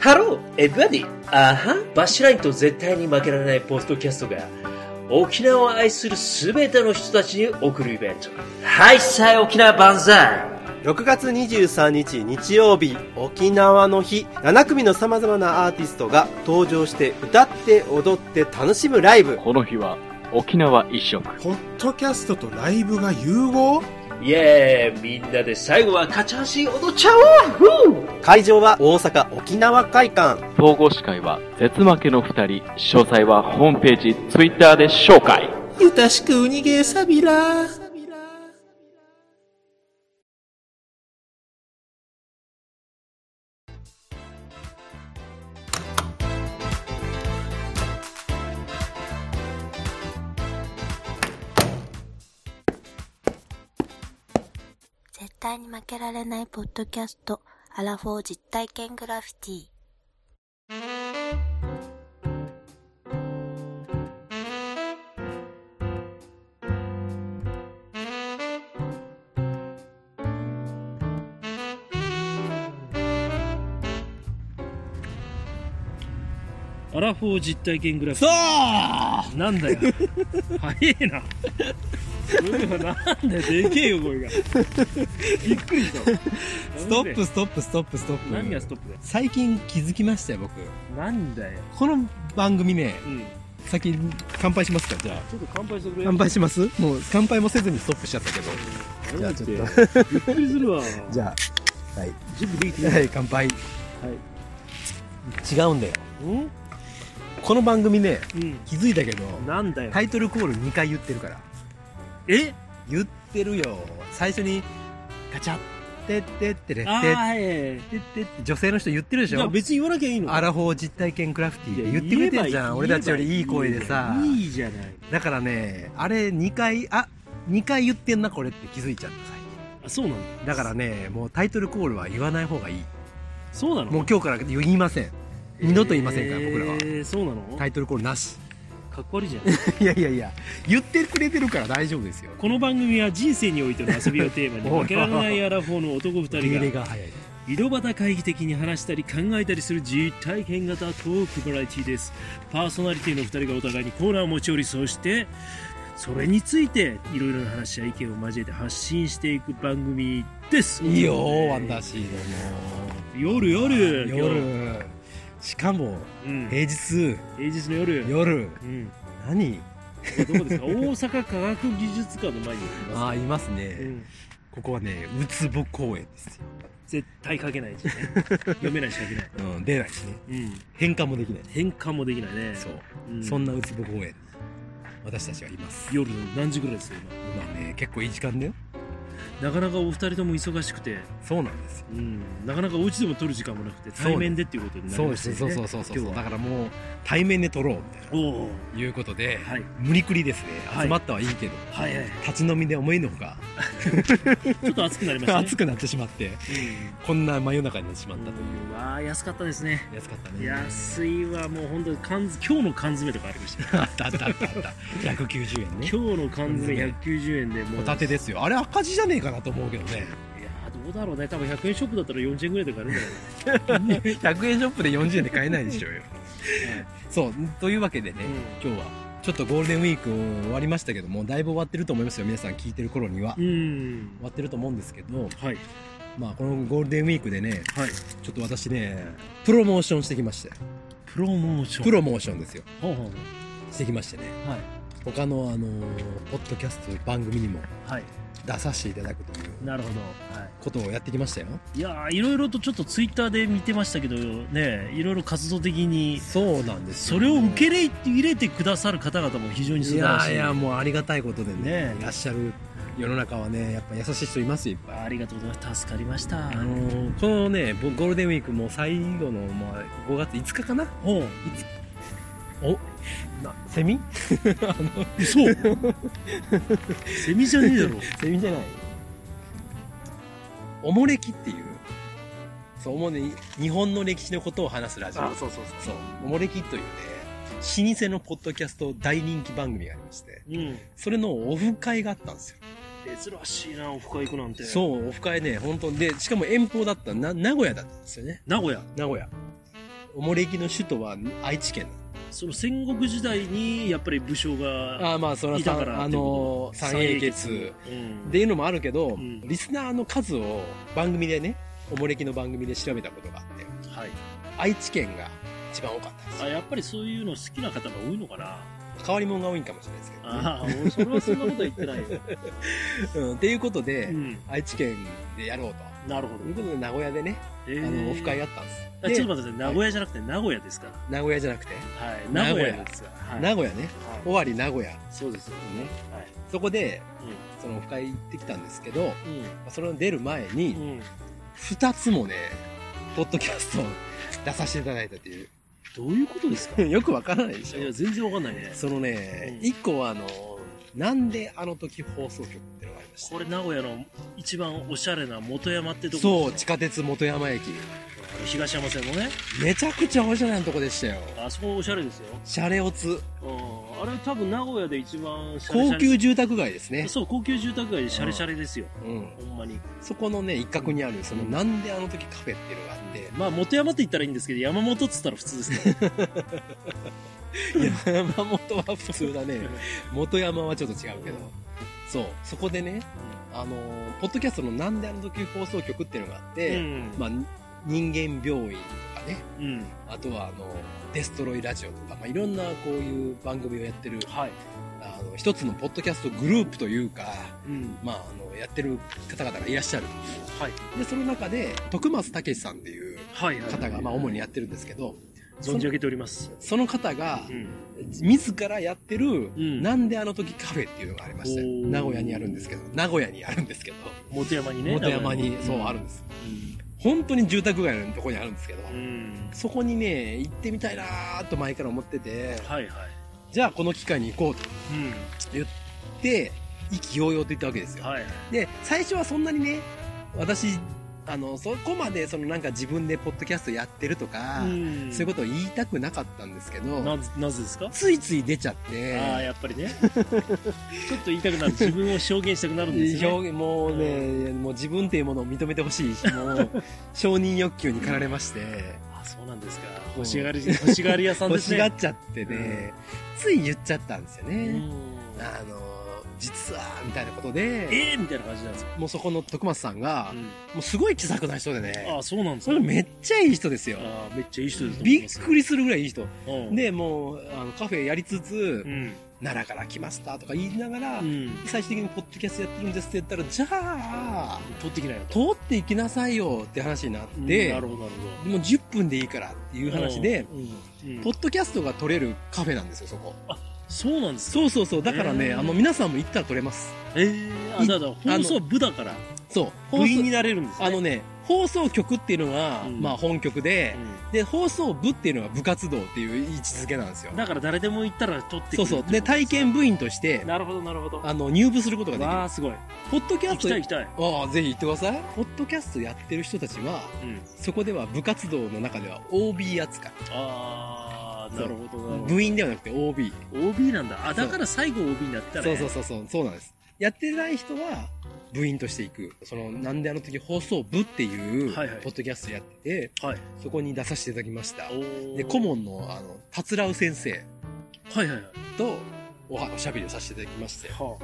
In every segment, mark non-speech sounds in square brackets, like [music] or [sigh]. Hello, everybody! あはバッシュラインと絶対に負けられないポッドキャストが沖縄を愛するすべての人たちに送るイベント。はい、さあ沖縄万歳6月23日日曜日沖縄の日7組のさまざまなアーティストが登場して歌って踊って楽しむライブこの日は沖縄一色。ポッドキャストとライブが融合イエーイみんなで最後は勝ち走り踊っちゃおうふぅ会場は大阪沖縄会館統合司会は絶負けの二人。詳細はホームページ、ツイッターで紹介。ゆたしくうにげさびら絶対に負けられないポッドキャスト、アラフォー実体験グラフィティ。アラフォー実体験グラフィそうなんだよ。早えな。なんででけえよ、声が。びっくりした。ストップ、ストップ、ストップ、ストップ。何がストップだよ。最近気づきましたよ、僕。なんだよ。この番組ね、うん。先に乾杯しますか、じゃあ。ちょっと乾杯してくれ。乾杯しますもう乾杯もせずにストップしちゃったけど。じじゃゃああちちょょっっとと。びっくりするわ。じゃ準備できてあ、ない。はい、乾杯。違うんだよ。うんこの番組ね、う気づいたけど、ん。なんだよ。タイトルコール2回言ってるから。え言ってるよ。最初に、ガチャってってってれっあてーっはい。てってって女性の人言ってるでしじゃあょ別に言わなきゃいいのアラフォー実体験クラフティいやー言ってくれてんじ言えゃばん。俺たちよりいい声でさ。いいじゃない。だからね、あれ2回、あ、2回言ってんなこれって気づいちゃった最あ、そうなの近。だからね、もうタイトルコールは言わない方がいい。そうなのもう今日から言いません。二度と言いませんから、僕らはえ。ー、そうなのタイトルコールなし。かっこ悪いじゃん。 [laughs] いやいやいや、言ってくれてるから大丈夫ですよ。この番組は人生においての遊びをテーマ [laughs] におい負けられないアラフォーの男二入れ人がが早い。井戸端会議的に話したり考えたりする実体験型トークバラエティですパーソナリティの二人がお互いにコーナーを持ち寄りそしてそれについていろいろな話や意見を交えて発信していく番組ですいいよ、ワンダーシード夜夜も。今日夜。しかも、うん、平平日、日の夜夜。うん、何どこですか大阪科学技術館の前にいあまあ、いますす、うね。ん、ここはね、うつぼ公園ですよ。絶対書けない [laughs] 字ね読めないし書けない、うん、出ないしね。うん、変換もできない。変換もできないねそう。うそんなうつぼ公園に私たちはいます。夜の何時ぐらいですよ今まあね、結構いい時間だよ。なかなかお二人とも忙しくて、そうなんですよ。うん、なかなかお家でも撮る時間もなくそてうです対面でっていうことになりそうまでしたす、よねそうそうそうそう。今日だはからもう対面で撮ろうみたいおおな。いうことで、はい無理くりですねはい。集まったはいいけど、はいはい立ち飲みで思いのほかちょっと暑くなり [laughs] ましたね熱くなってしまって、うこんな真夜中になってしまっんたというわー安かったですねう。安かったね。安いわもう本当に缶詰今日の缶詰とかありましたよあったあったあったあった。190円ね。今日の缶詰190円でもうホタテですよ。あれ赤字じゃねえかなと思うけど [laughs] ね。いやーどうだろうね多分100円ショップだったら40円ぐらいで買えるんじゃないか100円ショップで40円で買えないでしょうよ。 [laughs] そう、というわけでね、うん今日は。ちょっとゴールデンウィーク終わりましたけども、だいぶ終わってると思いますよ。皆さん聞いてる頃には。なうん終わってると思うんですけど、はいまあこのゴールデンウィークでね、はいちょっと私ね、プロモーションしてきまして。プロモーションプロモーションですよ。ほうほうほしてきましてね。うはい他のあのーポッドキャスト番組にもはい出させていただくというなるほどはいことをやってきましたよ。いやーいろいろとちょっとツイッターで見てましたけどねいろいろ活動的にそうなんですそよれを受け入れてくださる方々も非常に素い晴らやしいいや、もうありがたいことでねね、えいらっしゃる世の中はね、やっぱ優しい人いますよ、いっぱい。ありがとうございます助かりましたあのーこのね、ぼゴールデンウィークもう最後の、まあ、5月5日かなおうおな、セミ嘘セミじゃねえだろ [laughs] セミじゃないおもれきっていうそう主に日本の歴史のことを話すラジオそうそうそうおもれきというね老舗のポッドキャスト大人気番組がありましてう、うん、それのオフ会があったんですよ珍しいなオフ会行くなんてそうオフ会ね本当でしかも遠方だったな名古屋だったんですよね名古屋名古屋おもれきの首都は愛知県その戦国時代にやっぱり武将がああまあそれいたからはあってこのと三英傑うんっていうのもあるけど、んリスナーの数を番組でねおもれきの番組で調べたことがあってはい、愛知県が一番多かったんですあよやっぱりそういうの好きな方が多いのかな変わり者が多いんかもしれないですけどね、ああそれはそんな [laughs] ことは言ってないよ、うん、っていうことで、うん、愛知県でやろうなるほとどいうことで名古屋でね、えーあのオフ会があったんですあちょっとで待ってください名古屋じゃなくて名古屋ですから名古屋じゃなくて、はい名名古古屋屋ですからはい名古屋ねはい尾張名古屋ねそうですよねはいそこでそのオフ会行ってきたんですけどそれを出る前うんにうん2つもねポッドキャストを [laughs] 出させていただいたというどういうことです [laughs] かよくわからないでしいやょ全然わかんないねそのね、うん一個はあの、なんであの時放送局ってのがありました。これ名古屋の一番おしゃれな元山ってとこそう、です地よ下鉄元山駅。あの東山線のねめちゃくちゃおしゃれなとこでしたよ。あそこおしゃれですよ、シャレオツ。うん、あれ多分名古屋で一番シャレシャ高レ級住宅街ですね。そう高級住宅街でシャレシャレですよ、うん。ほんまにそこのね、一角にある、その、なんであの時カフェっていうのがあっまあ元山って言ったらいいんですけど山本っつったら普通ですねて、山本は普通だね。元山はちょっと違うけど。そう、そこでね、あの、ポッドキャストのなんであの時放送局っていうのがあっうて、んまあ、人間病院とかね、うんあとはあの、デストロイラジオとか、まあ、いろんなこういう番組をやってる、はい、あの、一つのポッドキャストグループというか、うんまあ、あの、やってる方々がいらっしゃる。はい、で、その中で、徳松武さんっていうはいはい方が、まあ、主にやってるんですけど、存じ上げておりますその方が、うん自らやってる、うんなんであの時カフェっていうのがありまして、おー名古屋にあるんですけど、名古屋にあるんですけど、元山にね元山に、そう、あるるんです。本当に住宅街のとこにあるんですけど、うん、うんそこにね、行ってみたいなーっと前から思ってて、はいはいじゃあこの機会に行こうとうん言って、意気揚々と言ったわけですよ。はいはいで、最初はそんなにね、私、あの、そこまでそのなんか自分でポッドキャストやってるとか、んそういうことを言いたくなかったんですけど、なぜなぜですか、ついつい出ちゃっああて、やっぱりねちょっと言いたくなる自分を証言したくなるんですよ、表ね、現、もうね、もう自分っていうものを認めてほし [laughs] いし、もう、承認欲求に駆られまして、あそうなんですか欲しがり欲しがり屋さんで欲すしねがっちゃってね、つい言っちゃったんですよね。うんあの、実は、みたいなことで、ええみたいな感じなんですか、もうそこの徳松さんが、うんもうすごい気さくな人であね、あそうなんですそかれめっちゃいい人ですよ。ああめっちゃいい人ですびっくり、りするぐらいいい人。うん、で、もう、あの、カフェやりつつう、ん奈良から来ましたとか言いながらう、ん最終的にポッドキャストやってるんですって言ったら、じゃあ、取ってきなよ通っていきなさいよって話になっうんて、なるもほどなるほう10分でいいからっていうど話で、うんうんポッドキャストが撮れるカフェなんですよ、そこ。そうなんですかそうそうそう。だからね、えーあの、皆さんも行ったら撮れます。ええあだからあ放の送部だからそう。部員になれるんですねあのね、放送局っていうのが、うんまあ本局でう、で、放送部っていうのが部活動っていう位置づけなんですよん。だから誰でも行ったら取ってくそるうそう。で、体験部員として、なるほどなるほどあの、入部することができわるあすごい。ポッドキャ行ストきたい行きたい、ああ、ぜひ行ってください。ポッドキャストやってる人たちは、うん、そこでは部活動の中では OB 扱い。ああなるほどなるほど部員ではなくて OB。 OB なんだあだから最後 OB になったら、そうね、そうそうそう、そうなんです。やってない人は、部員として行く。その、なんであの時放送部っていう、ポはいはいッドキャストやってて、はいそこに出させていただきました。おで、顧問の、あの、たつらう先生はいはいはいとおは、おしゃべりをさせていただきまして、は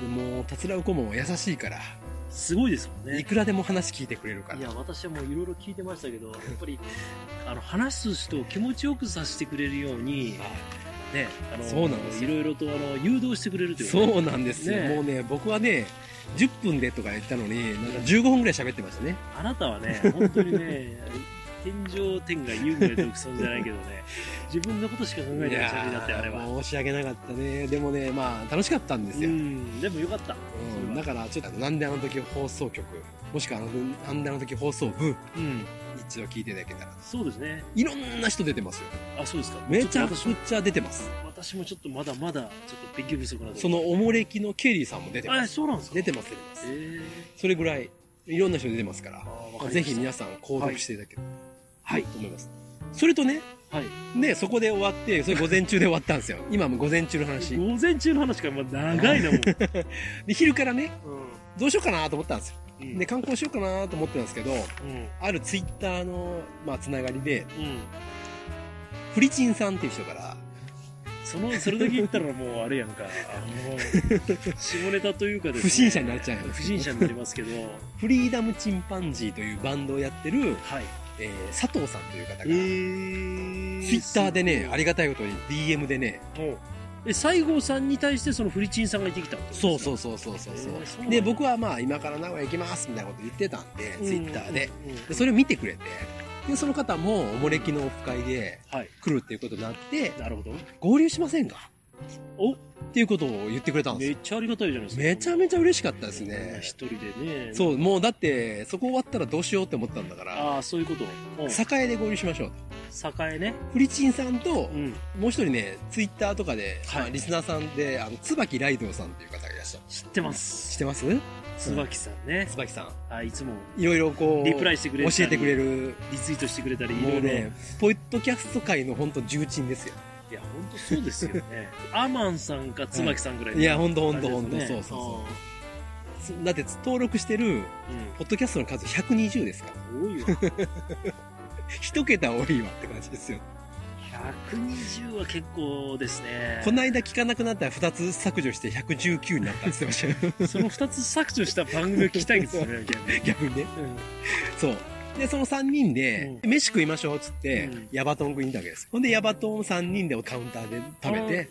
でもう、たつらう顧問は優しいから、あ、すごいですもんねいくらでも話聞いてくれるから。いや私はもういろいろ聞いてましたけどやっぱりあの話す人を気持ちよくさせてくれるようにはねあのそうなんですいよろいろとあの誘導してくれるといいうそうなんですよ、ねえもうね、僕はね、10分でとか言ったのに、なんか15分ぐらい喋ってましたね。あなたはね本当にね天井天が優ぐらい独尊じゃないけどね自分のことしか考えてないしゃべりだってあれはー申し訳なかったね。でもね、まあ、楽しかったんですよ。うんでもよかったうんだからちょっとなんであの時放送局もしくはあのなんであの時放送部うん一度聞いていただけたらそうですねいろんな人出てますよあそうですかめちゃくょっと私もちゃ出てます私もちょっとまだまだちょっと勉強不足なとこそのおもれきのケリーさんも出てまあすそうなんですか出てます出てますえそれぐらいいろんな人出てますかー、らあーわかりましたぜひ皆さん購読していただけるはいと思いますそれとねはいねそこで終わってそれ午前中で終わったんですよ今も午前中の話午前中の話からもう長いなもで昼からねう、どうしようかなと思ったんですようんで観光しようかなと思ってたんですけどうんあるツイッターのまあつながりでうんフリチンさんっていう人から、そのそれだけ言ったらもうあれやんか [laughs] もう下ネタというかですね不審者になっちゃうよ不審者になりますけどフリーダムチンパンジーというバンドをやってる、はいえー佐藤さんという方が、えー、ツイッターでね、ありがたいことに DM でね、もうえ西郷さんに対してそのフリチンさんが行ってきたってことですそかうそうそうそうそうそうへーそうなんだで僕はまあ今から名古屋行きますみたいなこと言ってたんで、うんツイッターでうんうんうんでそれを見てくれてでその方もおもれきのオフ会ではい来るっていうことになってなるほど合流しませんかおっていうことを言ってくれたんでめすっよちゃありがたいじゃないですかめちゃめちゃ嬉しかったですこんなね一人でねそうもうだってそこ終わったらどうしようって思ったんだからああそういうことうん栄で合流しましょうと栄ねフリチンさんとうんもう一人ねツイッターとかで、はいまあリスナーさんであの椿ライドウさんっていう方がいらっしゃる知ってま知っすてます椿さんね椿さんあいつもいろいろこうリプライしてくれたり教えてくれるリツイートしてくれたりいろいもうろねポッドキャスト界の本当重鎮ですよいや本当そうです [laughs] よねアマンさんか椿さんぐらいのいや本当感本当本じです当そねうそうそうだって登録してるポッドキャストの数120ですからうん多いわ一桁多いわって感じですよ120は結構ですねこの間聞かなくなったら2つ削除して119になったって言ってましたよその2つ削除した番組を聞きたいんですよね逆に [laughs] 逆にねそうでその3人でう飯食いましょうっつって、うんヤバトン食いに行ったわけですほんでヤバトン3人でカウンターで食べて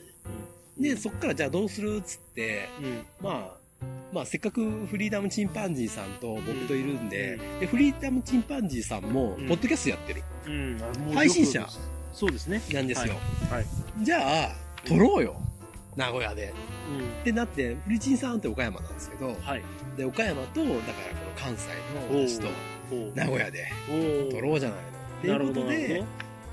でそっからじゃあどうするっつってうんまあ、まあ、せっかくフリーダムチンパンジーさんと僕といるんで、うでフリーダムチンパンジーさんもうん、ポッドキャストやってる。うんあもう配信者よくそうですねなんですよはいはいじゃあ、撮ろうよ。名古屋で。うってなって、フリチンさんって岡山なんですけどん、はいで、岡山と、だからこの関西の私と、おう名古屋でおう撮ろうじゃないなの。るっほていうどことなるで、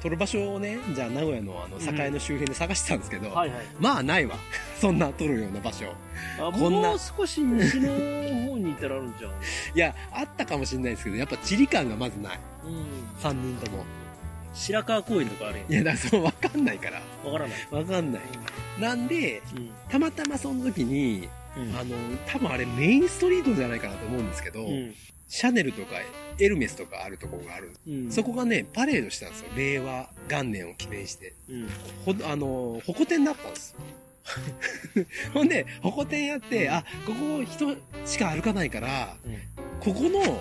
撮る場所をね、じゃあ名古屋のあの、うん栄の周辺で探してたんですけど、ほどはいはいまあないわ。 [laughs] そんな撮るような場所。あこんなもう少し西の方に行ったらあるんじゃんいや、あったかもしれないですけど、やっぱ地理感がまずない。うん3人とも。白川公園とかあるやいや、だからその分かんないから。んわからない分かんない。なんで、うんたまたまその時に、うんあの、多分あれメインストリートじゃないかなと思うんですけど、うんシャネルとかエルメスとかあるとこがある。うんそこがね、パレードしたんですよ。令和元年を記念して。うほ、んあの、ホコ天だったん [laughs] ですよ。ほんで、ホコ天やって、あ、ここ人しか歩かないから、ここの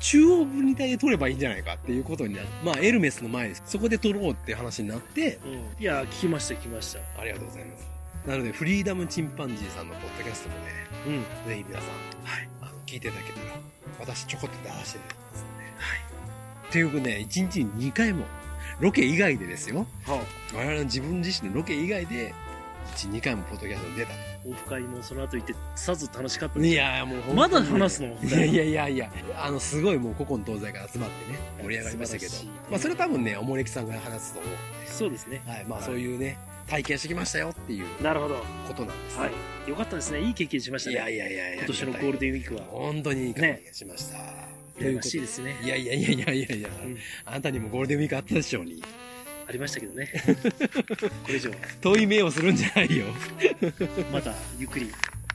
中央分離帯で取ればいいんじゃないかっていうことになる。まあ、エルメスの前です。そこで取ろうって話になって、うんいや聞きました聞きましたありがとうございます。なので、フリーダムチンパンジーさんのポッドキャストもね、うんぜひ皆さん、はい、あの、聞いていただけたら、私ちょこっと流してますね。はい。というね、一日に2回も、ロケ以外でですよ。は我々の自分自身のロケ以外で、1、2回もポッドキャストに出たオフ会もその後行ってさぞ楽しかったと。いやーもうまだ話すのいやいやいやいや、あの、すごいもう古今東西から集まってね、盛り上がりましたけど素晴らしい。まあ、それは多分ね、おもれきさんが話すと思う。そうですねはい、まあ、はいそういうね、体験してきましたよっていうなるほどことなんです。はいよかったですねいい経験しましたいねやいやいやいや今年のゴールデンウィークは本当にいい感じがしました。という羨こまとしいですねいやいやいやいやいやいや、うんあなたにもゴールデンウィークあったでしょうに。ありましたけどね [laughs] これ以上は遠い目をするんじゃないよ。またゆっくり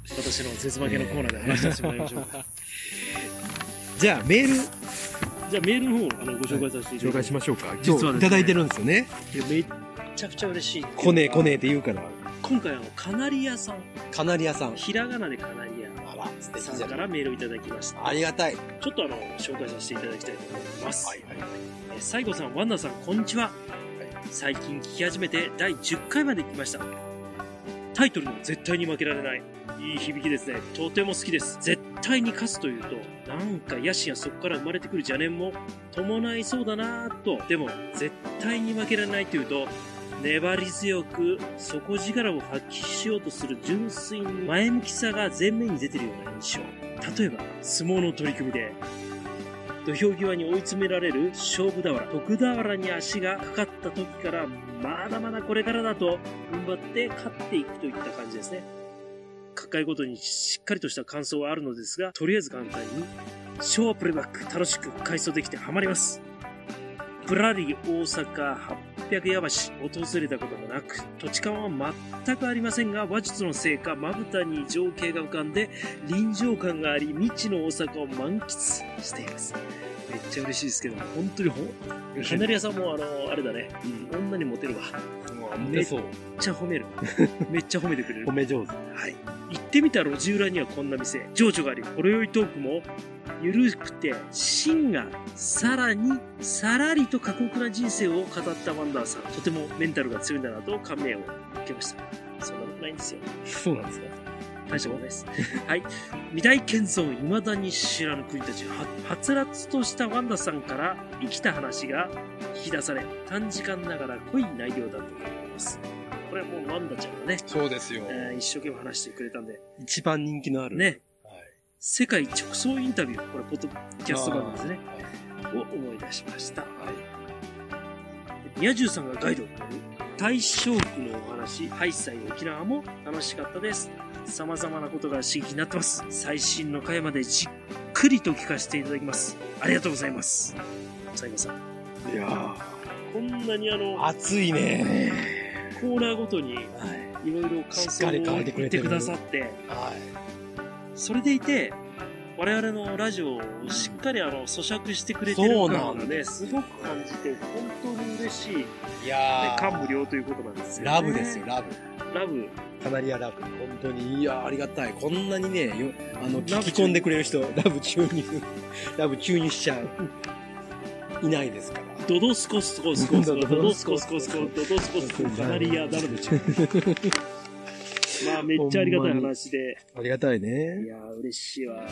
私の絶負けのコーナーで話してもらいましょう [laughs] かじゃあメールじゃあメールの方をあのご紹介させていただきます、ましょうか。実今はですね日いただいてるんですよね。いやめっちゃくちゃ嬉しいっていうのがこねえこねえって言うから。今回はあのカナリアさんカナリアさん。ひらがなでカナリあら、素ア敵さじゃんからない。メールをいただきましたありがたい。ちょっとあの紹介させていただきたいと思います、はいはい。えー西郷さんワンダさんこんにちは、最近聞き始めて第10回まで来ましたタイトルの「絶対に負けられない」いい響きですねとても好きです絶対に勝つというとなんか野心やそこから生まれてくる邪念も伴いそうだなぁとでも絶対に負けられないというと粘り強く底力を発揮しようとする純粋に前向きさが前面に出てるような印象例えば相撲の取り組みで土俵際に追い詰められる勝負俵徳俵に足がかかった時からまだまだこれからだと踏ん張って勝っていくといった感じですね各回ごとにしっかりとした感想はあるのですがとりあえず簡単にショープレイバック楽しく回想できてハマりますぶらり大阪800矢橋訪れたこともなく土地勘は全くありませんが話術のせいかまぶたに情景が浮かんで臨場感があり未知の大阪を満喫していますめっちゃ嬉しいですけど本当にほキャナリアさんもあのあれだね、女にモテるわめそう。めっちゃ褒 [laughs] めるめっちゃ褒めてくれる褒め上手。はい、行ってみた路地裏にはこんな店情緒がありほろ酔いトークも緩くて芯がさらにさらりと過酷な人生を語ったワンダーさんとてもメンタルが強いんだなと感銘を受けましたそんなことないんですよそうなんですか大したことないです [laughs] はい未体験像いまだに知らぬ国たちははつらつとしたワンダーさんから生きた話が引き出され短時間ながら濃い内容だと思いますこれはもうワンダちゃんがね、そうですよえー一生懸命話してくれたんで一番人気のある。ね、はい。世界直送インタビュー、これ、ポッドキャスト版ですね、はい。を思い出しました。宮中さんがガイドを務める大正区のお話、ハイサイ沖縄も楽しかったです。様々なことが刺激になってます。最新の回までじっくりと聞かせていただきます。ありがとうございます。最後さん、いやーこんなにあの、熱いね。コーナーごとにはい。いろいろ感想を言ってくださって、はい。それでいて、我々のラジオをしっかりあの咀嚼してくれてる感をそうなんね、ですすごく感じて、本当に嬉しい、ね、いやー感無量ということなんですよ、ね。ラブですよ、。ラブ。ラブ。カナリアラブ。本当に、いやーありがたい。こんなにね、よあの、ラブ注入聞き込んでくれる人、 [laughs] ラブ注入、ラブ注入しちゃう。いないですから。ドドスコスコスコスコ、ドドスコスコスコ、ドドスコスコ、カナリアダルでしょ。まあ、めっちゃありがたい話で。ありがたいいね。やー、嬉しいわ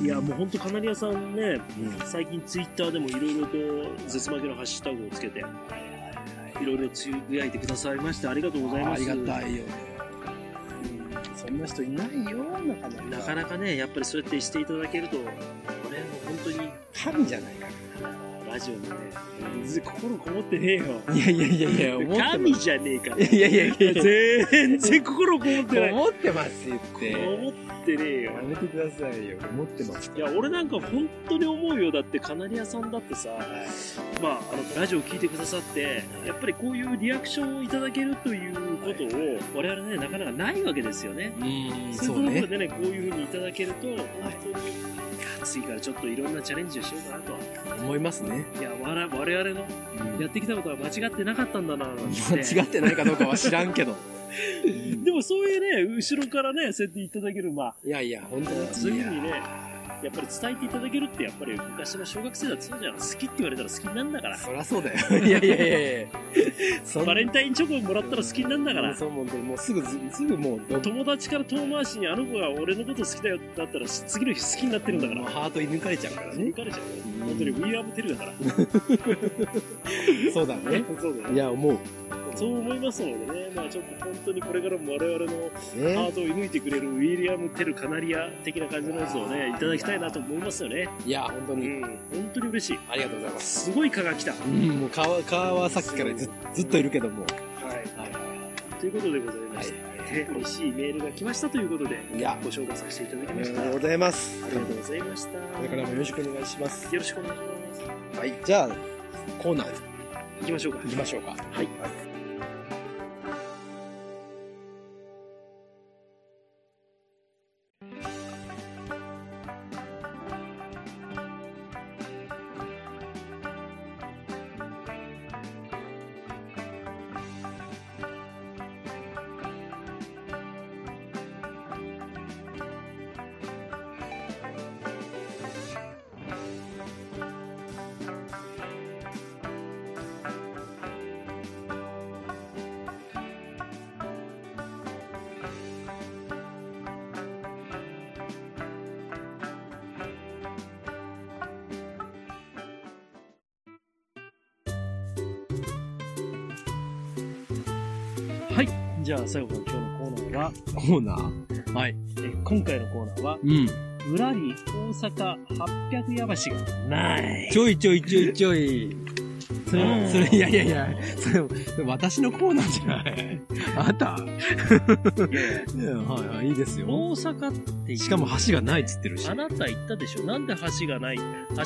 う。いや、もう本当カナリアさんね、んうん最近ツイッターでもいろいろと絶負けのハッシュタグをつけて、いろいろつぶやいてくださいまして、ありがとうございあまあす。りがたいよね。そんな人いないよ、なかなか。なかなかね、やっぱりそうやってしていただけると、俺も本当に、神じゃないかラジオもね、別に心こもってねえよ。な。いやいやいやいや、思ってます。神じゃねえから。いやいやいやいや全然心こもってない。こ思ってますよって。もってねえよや。めてくださいよ。思ってますいや、俺なんか本当に思うよ。だって、カナリアさんだってさ、まあ、あの、ラジオ聞いてくださって、やっぱりこういうリアクションをいただけるということを、我々ね、なかなかないわけですよね。うんそういうところ。でね、こういうふうにいただけると、本当に、いや次からちょっといろんなチャレンジをしようかなと。思いますね。いや、わら我々のやってきたことは間違ってなかったんだな、なんて。間違ってないかどうかは知らんけど。でもそういうね、後ろからね、そうやっていただける、まあ、いやいや、本当に。そういうふうにね、やっぱり伝えていただけるって、やっぱり昔の小学生だってそうじゃん。好きって言われたら好きになんだかいやら。そりゃそうだよ。いやいやいやいや。そんなバレンタインチョコもらったら好きになんだから。そう、もう、もうすぐ、すぐもう、ど友達から遠回しにあの子が俺のこと好きだよってなったら、次の日好きになってるんだからもう。ハート抜かれちゃうからね抜。かれちゃうようん本当に We are テルだから。そうだね。 [laughs] そうだよいや、思う。そう思いますのでね、まあ、ちょっと本当にこれからも我々のハねー。トを射抜いてくれるウィリアム・テル・カナリア的な感じのやつをね、いただきたいなと思いますよね。いや、本当うに。ん、本当に嬉しい。ありがとうございます。すごい蚊が来た。はうん、もう、川、川はさっきからずずっといるけども。い。はいということでございまはいして、ね嬉しいメールが来ましたということで、いや、ご紹介させていただあきりまがした。あとうございます。りがとうございました。これからもよろしくお願いします。よろしくお願いします。はい、じゃあ、コーナー行きましょうか。行きましょうか。はい。じゃあ、最後の今日のコーナーは、コーナーはい。えー今回のコーナーは、うん。ぶらり大阪800やばしがない。ちょいちょいちょいちょい。それ、それ、いやいやいや、それ、私のコーナーじゃない。あな [laughs] たうんはいはい、いいですよ。大阪っていうしかも橋がないっつってるし。あなた言ったでしょなんで橋がない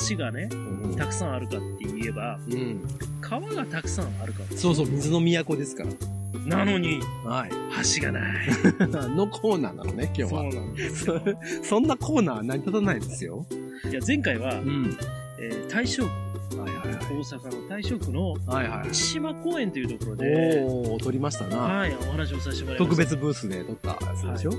橋がねうんたくさんあるかって言えばうん。川がたくさんあるかそうそう、水の都ですから。らなのにはい。 [laughs] 橋がないのコーナーなのね、今日は。なんですそそんなコーナーは成り立たないですよ。いや前回はうん。えー大正区、はいはいはい。大阪の大正区のはいは千島公園というところい。で、おお、撮りましたな。はい、お話をさせてもらいました。特別ブースで撮ったやつでしょは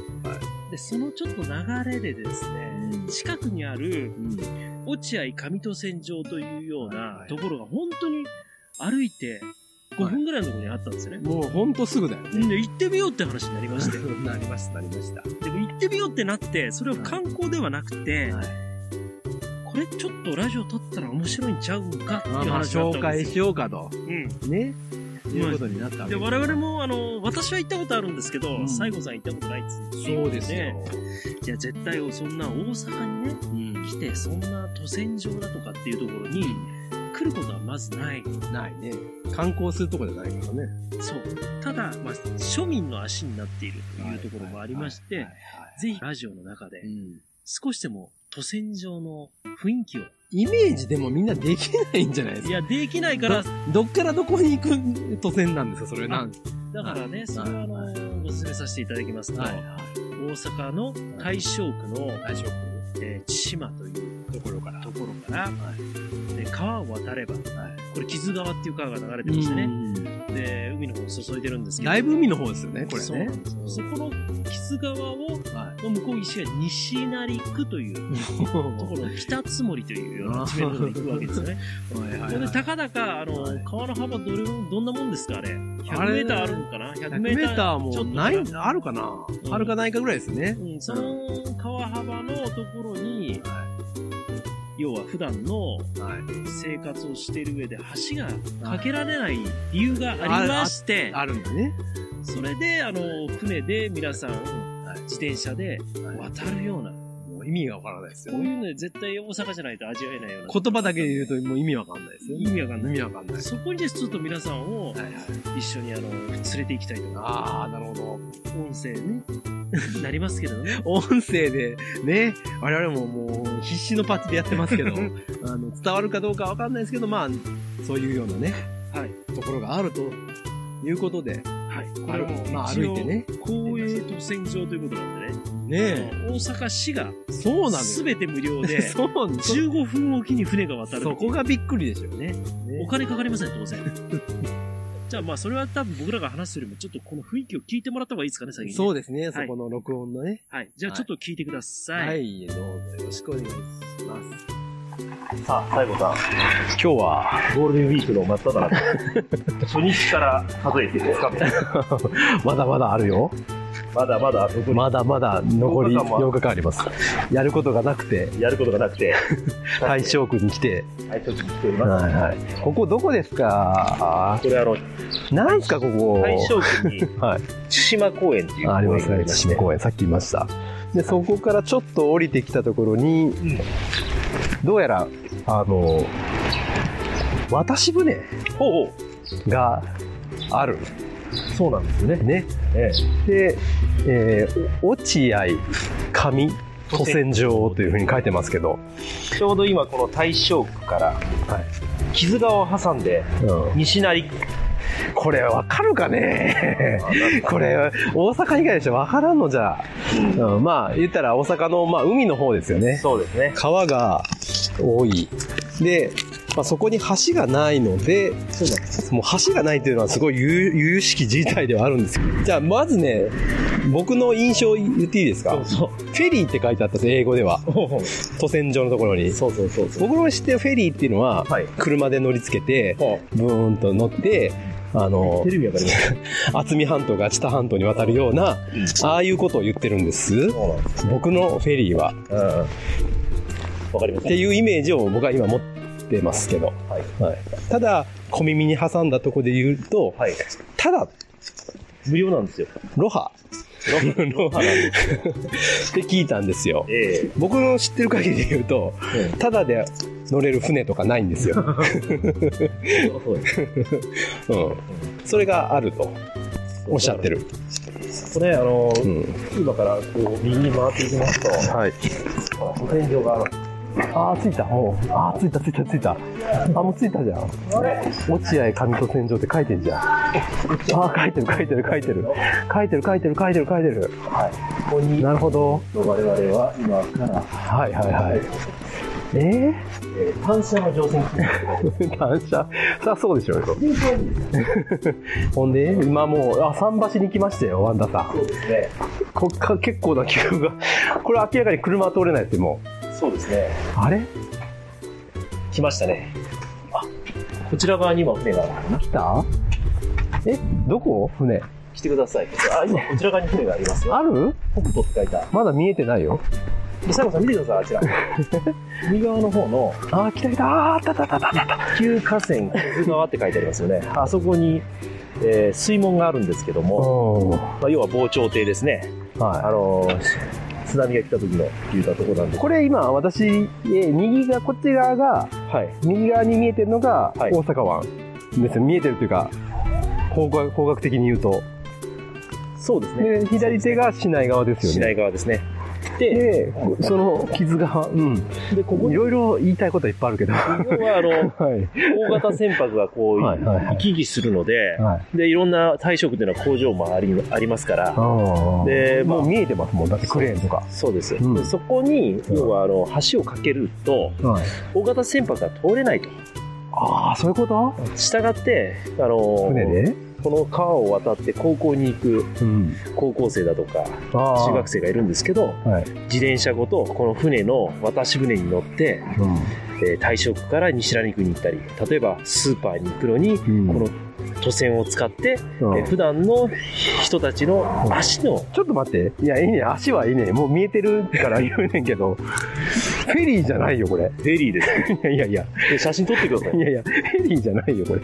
い。で、そのちょっと流れでですね、近くにあるうん。落合上戸線上というようなはいところが本当に歩いて5分ぐらいのところにあったんですよね。もうほんとすぐだよね。で行ってみようって話になりまして。 [laughs] なりました、なりました。でも行ってみようってなって、それは観光ではなくて、はいこれちょっとラジオ撮ったら面白いんちゃうんかっていうまあまあ、話だ紹ったんで介すしよ。ようかと。ね。いうことになったわうん。けで、我々も、あの、私は行ったことあるんですけど、うん西郷さん行ったことないっつってそうですよ。じゃあ絶対そんな大阪にね、うん。来て、そんな都線上だとかっていうところに来ることはまずない。ないね。観光するとこじゃないからね。そう。ただ、まあ、庶民の足になっているというところもありましはいてはい、はいぜひラジオの中でうん少しでも都線上の雰囲気を、イメージでもみんなできないんじゃないですいかや、できないから、どっからどこに行く都線なんですかそれなんだからね、それははあの、お勧めさせていただきますと、はい大阪の大正区の、大丈夫えー千島というところから。ところから、で川を渡れば、これ、木津川っていう川が流れてましてね、ね。で、海の方に注いでるんですけど、だいぶ海の方ですよね、これね。そうなんですよそこの木津川を、はの向こう岸が西成区というところの北津森というような地名の方に行くわけですよね。 [laughs] はいはこいれはで、いたかだか、あの、はい川の幅どれも、どんなもんですか、あれ。あ100れメーターあるのかな ?100 100メメーター。ーターもちょっとない、あるかな、うんあるかないかぐらいですね。うん、その川幅のところに、要は普段のはい。生活をしている上で橋が架けられない理由がありまして、あるんだね。それで、あの、船で皆さん、自転車で渡るような、もう意味がわからないですよこういね。うので絶対大阪じゃないと味わえないような。言葉だけで言うともう意味わかんないですよね。意味わかんない意味わかんない。そこにですちょっと皆さんをはいはい。一緒にあの連れて行きたいとか、ああ、なるほど。音声ね、 [laughs] なりますけれどね。音声で、ね、我々ももう必死のパッチでやってますけ [laughs] ど、あの、伝わるかどうかわかんないですけど、まあ、そういうようなね、はい。ところがあるということで、はい。これはもう、まあ歩いてね。公営都線上ということなんでね。ね大阪市がえ、そうなんですすべて無料 [laughs] で、そうなんです15分おきに船が渡るってい。そうこがびっくりでしょうね。お金かかりません、当然。 [laughs] じゃあまあ、それは多分僕らが話すよりも、ちょっとこの雰囲気を聞いてもらった方がいいですかね、先に。そうう。ですね、そはいこの録音のね。はい。じゃあちょっと聞いてください。はい、どうぞよろしくお願いします。さあ、最後さん、今日はゴールデンウィークの真っ只中 [laughs] 初日から数えてですかまだまだあるよ。まだまだ残りまだまだ残り8日間も8日間あります。やることがなくて、やることがなくて、大正区に来て。はい、ちょっと来ております。はいはい。ここどこですかこれあの、なんすか、ここ。大正区にはい。千島公園っていう公園があありりまますすね、ね。千島公園。さっき言いました。で、そこからちょっと降りてきたところに、どうやら、あの、渡し船ほうほがある。そうなんですよね。ね。う。えで、えー落合上渡船場というふうに書いてますけど、えちょうど今この大正区から、木津川を挟んで、うん西成区。これわかるかね [laughs] これ大阪以外でしょわからんのじゃ、うんまあ言ったら大阪の、まあ、海の方ですよねそうですね。川が多いで、まあ、そこに橋がないのでもう橋がないというのはすごい由由々しき事態ではあるんですけどじゃあまずね僕の印象言っていいですかフェリーって書いてあったんです英語では渡船場のところにそうそうそうそう。僕の知ってるフェリーっていうのは、はい車で乗り付けて、ブーンと乗って、あのテ、レビわかります。渥美半島が知多半島に渡るような、ああいうことを言ってるんです。そうなんです。僕のフェリーは。うんうん。わかりまっすていうイメージを僕は今持ってますけど。はい。はい、ただ、小耳に挟んだとこで言うと、はい。ただ、無料なんですよ。ロハ [laughs] ロハって聞いたんですよ。ええ僕の知ってる限りで言うと、えただで乗れる船とかないんですよ。そうです。うん。それがあるとおっしゃってる。これ、あの、うん。今からこう右に回っていきますと、はい。ほら、保線場がある。あー、着いた。もう。あー、着いた、着いた、着いた。あ、もう着いたじゃん。落合上戸線上って書いてんじゃん。あー、書いてる、書いてる、書いてる。書いてる、書いてる、書いてる、書いてる。はい。ここに、なるほど。我々は今から、はい、はい、はい。えー、えー単車の乗船金額が [laughs] 単車、さあそうでしょうよ。ほんで、今もう、あ、桟橋に来ましたよ、ワンダさん。そうですね。こっから結構な急が。 [laughs] これ明らかに車は通れないですよ、もう。そうですね。あれ来ましたね。あ、こちら側に今船があるのかな来たえ、どこ船。来てください。あ、今こちら側に船がありますよ。ある北斗って書いた。まだ見えてないよ。で、最後さん見てください、あち [laughs] ら。右側の方のあー、来た来た。あー、たたたたた。旧河川保津川って書いてありますよね。 [laughs] あそこに、えー水門があるんですけどうも、ん。まあ、要は防潮堤ですね。あはのー津波が来た時の言ったところなんい。で。これ今、私、えー右が、こっち側が、はい。右側に見えてるのがはい大阪湾ですよ。見えてるというか、方角方角的に言うと。そうですね。で、左手が市内側ですよね。市内側ですね。で、その傷が、うん。で、ここいに、ろいろ言いたいことはいっぱいあるけど。は要はあ [laughs] の、い。大型船舶がこう、はいはいはい行き来するので、はい。で、いろんな退職っていうのは工場もありありますから、ああ。で、まもあう、見えてますもん。だってクレーンとか。そうです。うんでそこに、要はあの、橋を架けると、はい。大型船舶が通れないと。ああ、そういうことしたがって、あの、船でこの川を渡って高校に行くうん。高校生だとか、ああ。中学生がいるんですけど、はい自転車ごとこの船の渡し船に乗って、えー大正区から西成区に行ったり例えばスーパーに行くのにこうん。の渡船を使って、うんえー普段の人たちの足のちょっと待って。いや、いいね。足はいいね。もう見えてるから言うねん [laughs] けど。フェリーじゃないよ、これ。フェリーですねいやいやいや。で写真撮ってくださいいやいや、フェリーじゃないよ、これ。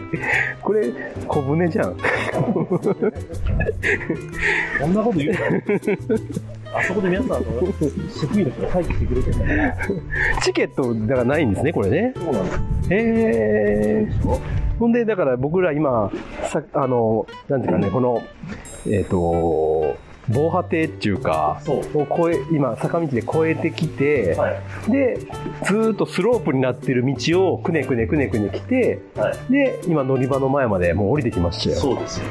これ、小舟じゃん。こんなこと言 [laughs] うからあそこで皆 [laughs] さんあの職員の人が待機してくれてるんだからチケットだからないんですね、これね。そうなんですへえ。ほんで、だから僕ら今、さあの、なんていうかね、この、えっ、と、防波堤っていうか、そうを越え、今、坂道で越えてきて、はいで、ずーっとスロープになってる道をくねくねくねくね来て、はで、今乗り場の前までもう降りてきましたよ。そうですよ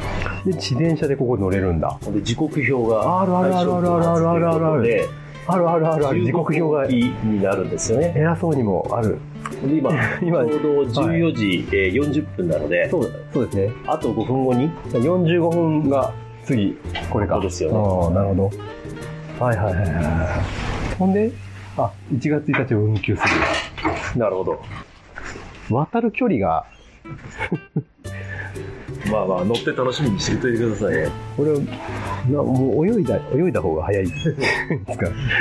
で、自転車でここ乗れるんだ。で時刻表があるあるあるあるあるあるあるあるあるであるあるあるある、時刻表がになるんですよね偉そうにもある。で今 [laughs] 今ちょうど14時、えー40分なのでそうそうですね。あと5分後に45分が次、これか。そうですよねああ、なるほど。はいはいはいはい。ほんで、あ、1月1日を運休すなるほどる。渡る距離が、 [laughs] まあまあ乗って楽しみにしておいてくださいねこれ、なもう泳いだ、泳いだ方が早い。ですか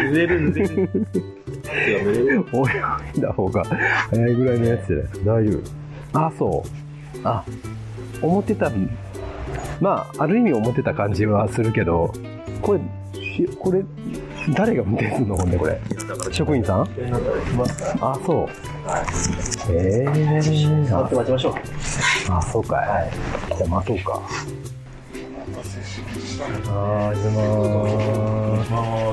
濡れる濡れるいや濡れる [laughs] 泳いだ方が早いぐらいのやつじゃないですか。大丈夫。あ、そう。あ、思ってた、まあ、ある意味思ってた感じはするけど、これ、しこれ、誰が運転するのほんで、これ。職員さんなんか来ますからあ、そう。ええー。待って待ちましょうあ、そうかい。じゃあ、まあ、そうか。あー、じゃあ、まあ。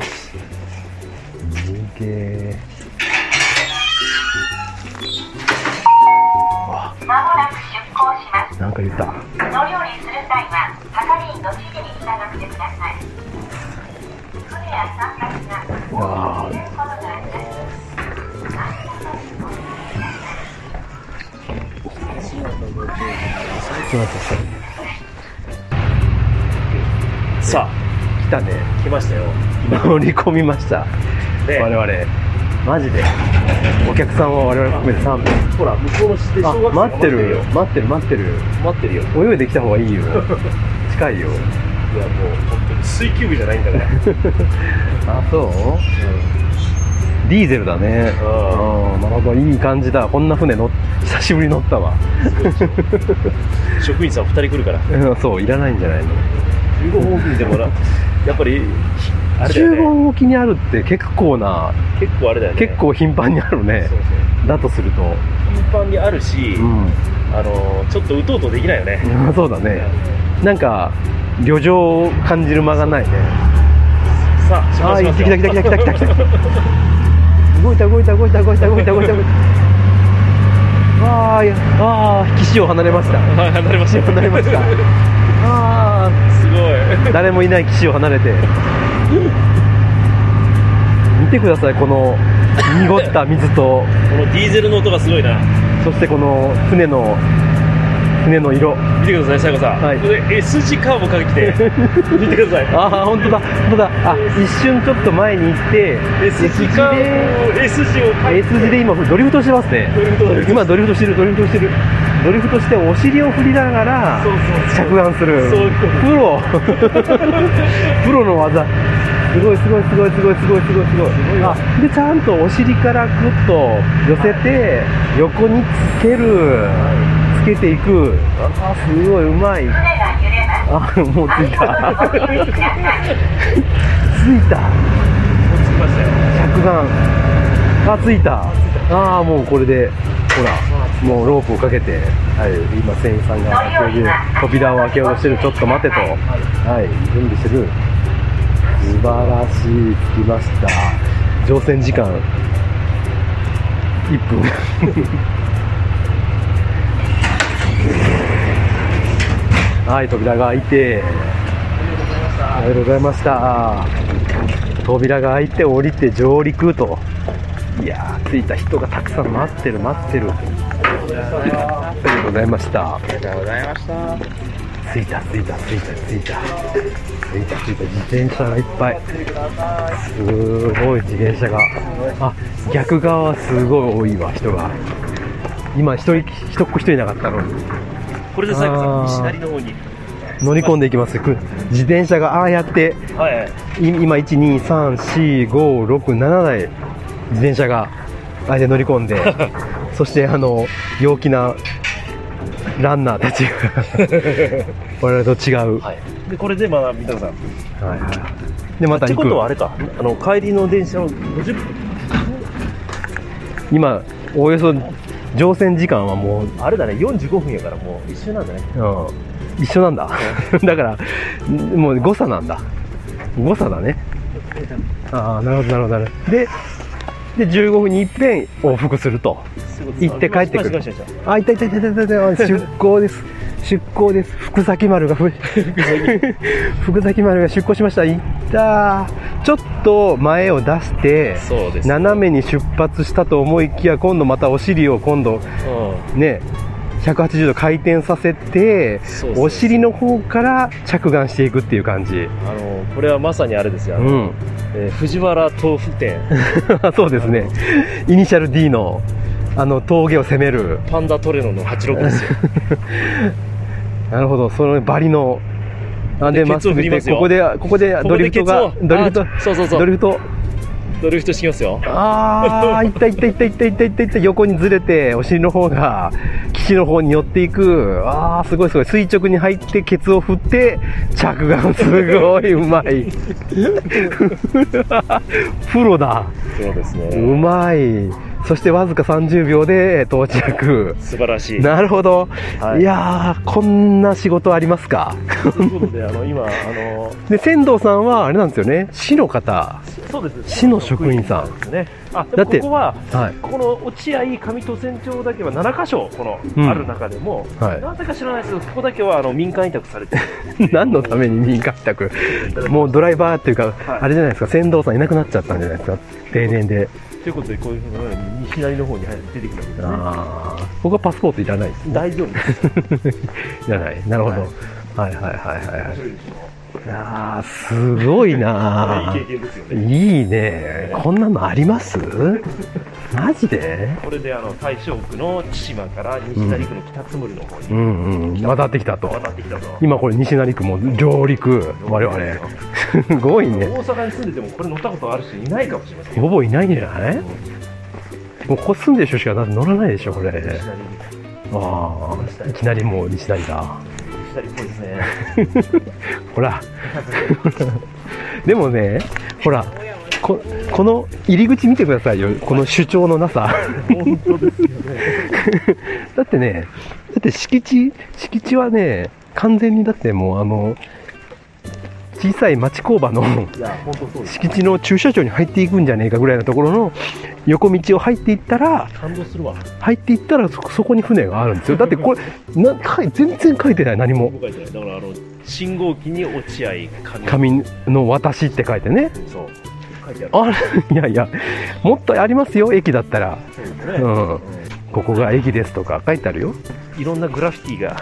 人気。まもなく出港します。なんか言った。乗り降りする際は、係員の指示に従ってください。船や三角が、あ出ることがあります。ー、すみません。さあ来たね。来ましたよ乗り込みました。で我々。マジで。お客さんは我々含めて3名。ほら向こうの指定あ小学生、が待ってるよ。待ってる、待ってる。待ってるよ泳いできた方がいい [laughs] よ。近いよ。いやもう本当に水球部じゃないんだからあ、そう、ディーゼルだね。うんうんなるほど、いい感じだ。こんな船乗、久しぶりに乗ったわ。職員さん2人来るからうんそう、いらないんじゃないの15分おきにでもなやっぱりあれだ中よね本沖にあるって結構な、結構あれだよね結構頻繁にあるねそう。そうだとすると。頻繁にあるし、うん。あのちょっとうとうとできないよね [laughs] そうだね。なんか、旅情を感じる間がないね。さあ出あ発あしー、ます来よた来た来た来た来た来た。動いた動いた動いた動いた動いた動いた動いた。わーいあー、岸を離れました。はい離れました離れました。あー。すごい誰もいない岸を離れて見てくださいこの濁った水と、のディーゼルの音がすごいな。そしてこの船の、船の色。見てください、シャコさん。はいこれ S 字カーブかけてきて。見てください。ああ、本当だ、本当だ。あ、一瞬ちょっと前に行って、 S 字カーブ、S 字を書い S 字で今ドリフトしてますね。てるとです。今ドリフトしてる、ドリフトしてる。ドリフトしてお尻を振りながらそうそう着岸する。そういうことプロ [laughs] プロの技すごいすごいすごいすごいすごいすごいすごいあでちゃんとお尻からグッと寄せて横につけるつけていくあすごいうまい船が揺れます。あもうつ [laughs] いたご注意ください。ついた着岸あついたああもうこれでほらもうロープをかけて、はい、今船員さんが開ける扉を開けようとしてるちょっと待てとはい準備してる素晴らしい着きました乗船時間1分 [laughs] はい扉が開いてありがとうございました扉が開いて降りて上陸といやー着いた人がたくさん待ってる待ってる [laughs] ありがとうございました [laughs] ありがとうございました着いた着いた着いた着いた着いた着いた自転車がいっぱいすごい自転車があ逆側はすごい多いわ人が今一人一っ子一人いなかったのにこれで最後あーさ、西成の方に。乗り込んでいきますく自転車がああやってはいはい。い今1234567台自転車があれで乗り込んでそしてあの陽気なランナーたちが我々と違う、はいで、これでまだ見てください。はいでまたって行こくとはあれか。あの、帰りの電車を50分。今おおよそ乗船時間はもう、うんあれだね、45分やからもう一緒なんだね。一緒なんだだからもう誤差なんだ誤差だねああなるほどなるほどなるほどでで15分にいっぺん往復すると行って帰ってくるよしよしよしよしあ、いたいたいたいたいたいた、出港です。出港です。福崎丸がふ、福崎丸が出港しました。行ったー。ちょっと前を出して、そうです。斜めに出発したと思いきや、今度またお尻を今度うね、180度回転させて、ん。そうそうお尻の方から着岸していくっていう感じ。あの、これはまさにあれですよ。あうのん。えー藤原豆腐店、そうですね。イニシャル D の、あの、峠を攻める。パンダトレノの86ですよ。なるほど、そのバリの。あでで、まっすケツを振ぐり行っますて、よここで、ここでこ [laughs] ドこリでフケトツがを、、ドリフトあ、そうそうそドうリ。フト。ドリフトしてきますよ。ああ、いったいったいったいったいったいったいった、横にずれて、お尻の方が、岸の方に寄っていく。ああ、すごいすごい。垂直に入って、ケツを振って、着岸。すごい、うまい。プロだ。そうですうね。まい。そしてわずか30秒で到着。素晴らしい。なるほど。はいい、やー、こんな仕事ありますか。ということで、あの、今、あの、で仙道さんはあれなんですよね市の方そうです。市の職員さんですね。あ、だだっっててここは、はいここの落合上渡船長だけは7箇所、この、うんある中でも、はいなぜか知らないですけど、ここだけはあの民間委託されてる。 [laughs] 何のために民間委託もうドライバーっていうかはいあれじゃないですか仙道さんいなくなっちゃったんじゃないですか定年でということで、こういうふうに西成の方に入って出てきたわけですね。ああ僕はパスポートいらないです大丈夫です。いらないなるほどはいはいはいはいはいあーすご [laughs] いないい経験です [laughs] よね。いいねこんなのありますマジでこれであの大正区の千島から西成区の北つむりの方うにんうん渡ってきたと渡ってきたと。今これ西成区も上陸我々すごいね大阪に住んでてもこれ乗ったことある人いないかもしれません。ほぼいないんじゃないもうここ住んでる人しかだって乗らないでしょこれ西成ああいきなりもう西成だ西成っぽいですね。ほら [laughs] でもねほらここの入り口見てくださいよこの主張のなさ本当ですよね。 [laughs] だってねだって敷地敷地はね完全にだってもうあの小さい町工場の [laughs] いや、本当そうです。敷地の駐車場に入っていくんじゃねえかぐらいのところの横道を入っていったら感動するわ。入っていったらそそこに船があるんですよだってこれなかい全然書いてない何も僕が言ったよだからあの信号機に落合上紙の私って書いてねそう書いてある。あれい [laughs] やいや、もっとありますよ、駅だったら。そうですうね。ん。ここが駅ですとか書いてあるよ。いろんなグラフィティが。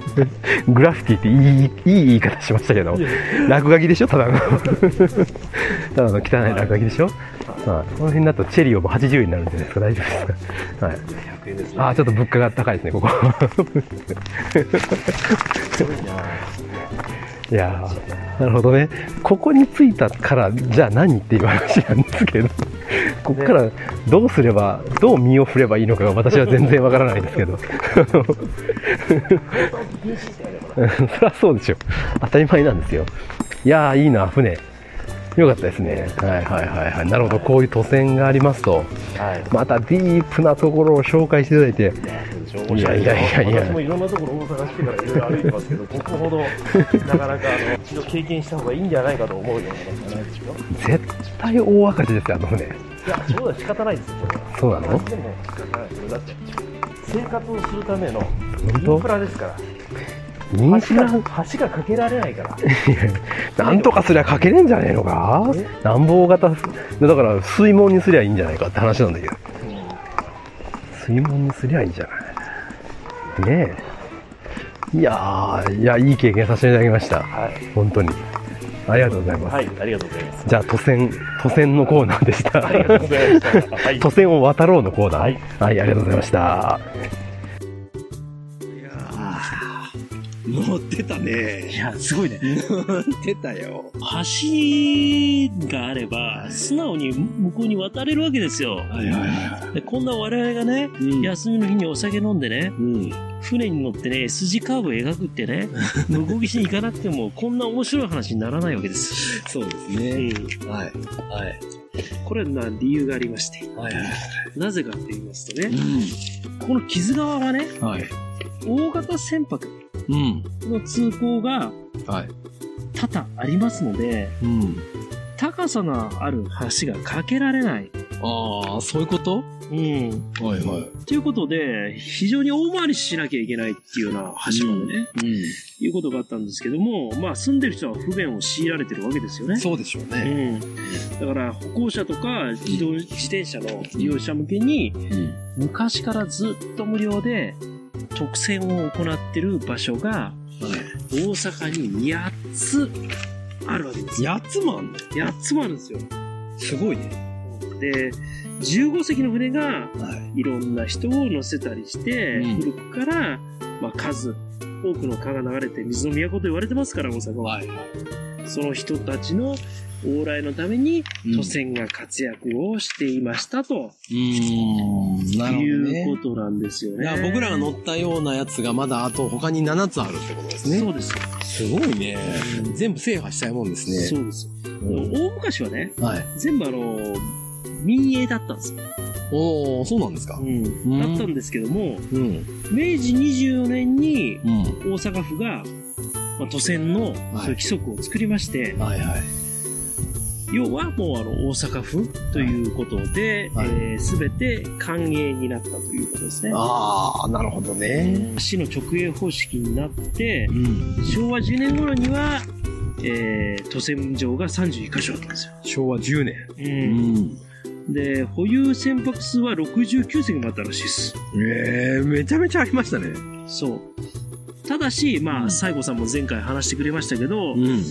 [laughs] グラフィティっていいいい言い方しましたけど、落書きでしょ、た [laughs] だの。ただの汚い落書きでしょ。はい、この辺だとチェリオも80円になるんじゃないですか、大丈夫ですか。はい、 100円ですね。あーちょっと物価が高いですね、ここ。いやーなるほどね、ここに着いたから、じゃあ何っていう話なんですけど、ここからどうすれば、どう身を振ればいいのかが私は全然わからないんで [laughs] すけど、そりゃそうでしょ、当たり前なんですよ。いやー、いいな、船、よかったですね、はいはいはい、はい、なるほど、こういう渡船がありますと、はい。またディープなところを紹介していただいて、いいややいいややいやいやいいやや私もいろんなところを探してからいろいろ歩いてますけど、ここほどなかなかあの一度経験した方がいいんじゃないかと思うような話じゃないですよ。絶対大赤字ですよ、あの船。いや、そうだ、仕方ないですよ、これは。そうなのでも仕方ない、これだって。生活をするためのイン本フラですから。当インフ橋がラ橋が架けられないから。なんとかすりゃ書けねえんじゃねえのかえ暖房型、だから水門にすりゃいいんじゃないかって話なんだけど。水門にすりゃいいんじゃないねえ。いやー、いや、いい経験させていただきました。はい。本当に。ありがとうございます。はい、ありがとうございます。じゃあ、都線、都線のコーナーでした。ありがとうございました。はい。都線を渡ろうのコーナー。はいはい、ありがとうございました。乗ってたね。いや、すごいね。乗ってたよ。橋があれば、素直に向こうに渡れるわけですよ。はいはいはでこんな我々がね、い。うん。休みの日にお酒飲んでね、うん。船に乗ってね、筋カーブ描くってね、向こう岸に行かなくても、こんな面白い話にならないわけです。そうですうね。ん、はい。はい。これはな理由がありまして、はいなぜかって言いますとね、うこの木津川はね、ん。はい。大型船舶うん。の通行がはい。多々ありますので、うん。高さのある橋が架けられない。ああ、そういうことうん。はいはい。ということで、非常に大回りしなきゃいけないっていうような橋までね、いうことがあったんですけども、まあ住んでる人は不便を強いられてるわけですようねん。。そうでしょううね。ん、だから歩行者とか自動自転車の利用者向けにうん。昔からずっと無料で特選を行ってる場所がはい。大阪に8つあるわけですよやつもあんね。 8つもあるんですよすごいね。で15隻の船がはい。いろんな人を乗せたりして、うん古くから、まあ、数多くの川が流れて水の都と言われてますから大阪ははいはい。その人たちの往来のために都船が活躍をしていましたと、うーん。なるほどね。いうことなんですよいね。や僕らが乗ったようなやつがまだあと他に7つあるってことですそね。うです、すごいね。全部制覇したいもんですね。そうです。うん大昔はね、はい。全部あの、民営だったんですよ。おおそうなんですか。んだったんですけども、うん。明治24年にうん。大阪府が、まあ、都線のそういう規則を作りまして、はいはい。要はもうあの大阪府ということで、はいえー全て官営になったということですね。ああ、なるほどね。市の直営方式になってう、ん。昭和10年頃には、えー都線上が31箇所あったんですよ。昭和10年。うん。うんで保有船舶数は69隻もあったらしいですええめちゃめちゃありましたね。そうただしまあ西郷さんも前回話してくれましたけど、ん。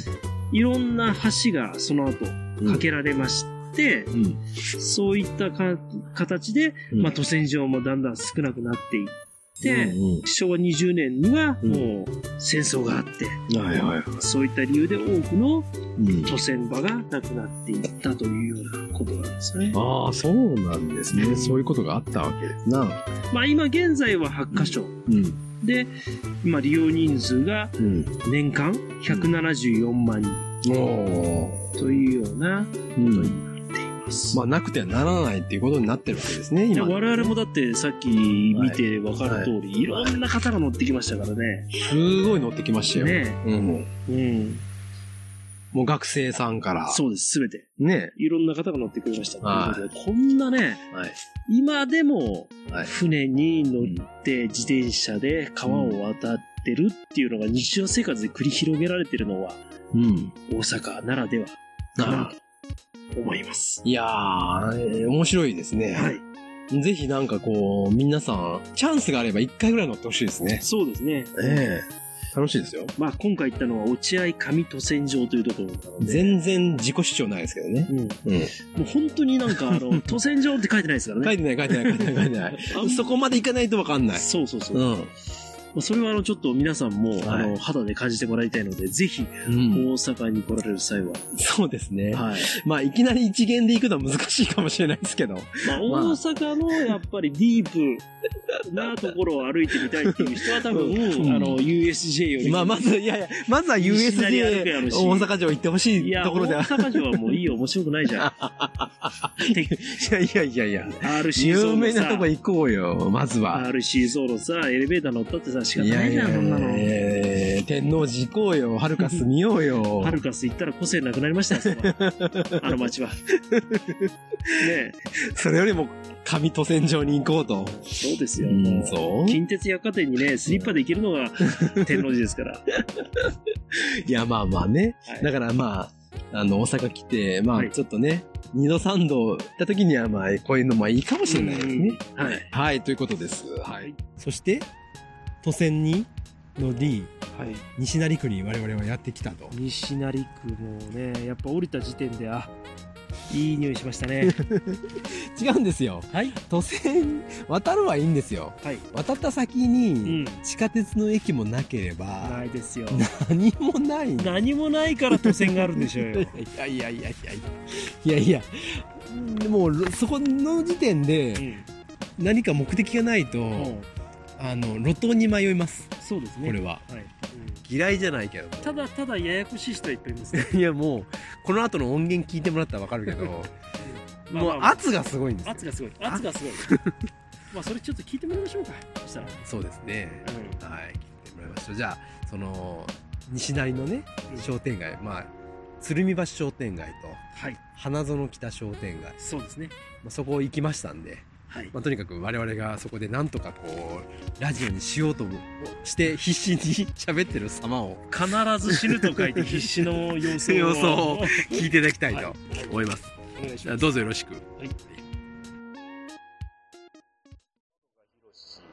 いろんな橋がその後架けられまして、うん。そういったか形で、まあ、都線上もだんだん少なくなっていって、うん昭和20年にはうんもう戦争があって、うん。はいはい。そういった理由で多くのうん。都線場がなくなっていったというようなことなんですね。ああ、そうなんですね。うんそういうことがあったわけですな。まあ今現在は8箇所、うん。で、まあ、利用人数がうん。年間174万人おお。というようなこうとん。になっています。まあ、なくてはならないっていうことになってるわけですね、いや今。我々もだってさっき見て分かる通り、いはいろんな方が乗ってきましたからね。すごい乗ってきましたよ。ねうん。うん。もう学生さんから。そうです、すべて。う。ね。いろんな方が乗ってくれました。はいということでこんなね、はい。今でもはい船に乗って自転車で川を渡ってるっていうのが日常生活で繰り広げられてるのはうん。大阪ならではかななと思います。いやー、えー面白いですね。はい。ぜひなんかこう、皆さん、チャンスがあれば一回ぐらい乗ってほしいですね。そうですね。ええ楽しいですよ。まあ今回行ったのは落合上渡船場というところなので、全然自己主張ないですけどね。うん、もう本当になんかあ [laughs] の、渡船場って書いてないですからね。書いてない書いてない書いてない書いて [laughs] ない。あんそこまでいかないとわかんない。そうそうそう。うまん。あそれはあの、ちょっと皆さんも、あはの、肌で感じてもらいたいので、ぜひ、う大ん。阪に来られる際は。そうですね。はい。まあ、いきなり一元で行くのは難しいかもしれないですけど。まあ、大阪のやっぱりディープなところを歩いてみたい [laughs] っていう人は多分、んあの、USJ より。まあ、まず、いやいや、まずは USJ 西成歩くやろ大し阪城行ってほしいいや、ところで大は。阪城はもういいよ、面白くないじ [laughs] ゃん。いやいやいやいや。 RC 有ゾーンの名なとさこ、行こうよ、まずは。 RC ゾーンのさ、エレベーター乗ったってさ、仕方いやないいじゃやん、そんなの。いや天王寺行こうよ、ハルカス見ようよ [laughs] ハ。ルカス行ったら個性なくなりましたよ、そのあの街は。ねえ、それよりも、上都線上に行こうと。そうですうよ。ん、そう近鉄百貨店にね、スリッパで行けるのが天王寺ですから。いや、まあまあね。はいだからまあ、あの、大阪来て、まはあ、いちょっとね、二度三度行った時には、まあ、こういうのもいいかもしれないですね。うんはい。はい、ということです。はい。そして、都線にの D、はい。西成区に我々はやってきたと。西成区もね、やっぱ降りた時点で、あ、いい匂いしましたね。違うんですよ。はい。都線、渡るはいいんですよ。はい。渡った先うに、ん。地下鉄の駅もなければな、いですよ。何もないんだ [laughs] 何もないから都線があるんでしょう [laughs] よ。いやいやいやいやいやいやいやでもろそこの時点うでん。何か目的がないと、うんあの路頭に迷いますそうですね。これは、はい。嫌いじゃないけど。ただただややこしい人はいっぱいいますね。 [laughs] いや、もう、この後の音源聞いてもらったらわかるけど、まあもまあうまあ圧がすごいんですよ。圧がすごい。圧がすごい。まあそれちょっと聞いてもらいましょうか。そしたら。そうですね。はい、聞いてもらいました。じゃあ、その、西成のね、商店街、まあ、鶴見橋商店街と、はい。花園北商店街、そうですね。まあ、そこ行きましたんで、はい。まあ、とにかく我々がそこでなんとかこう、ラジオにしようともして必死に喋ってる様を必ず死ぬと書いて必死の様子を。様子を聞いていただきたいと思います。お願いしじゃまあす。どうぞよろしく。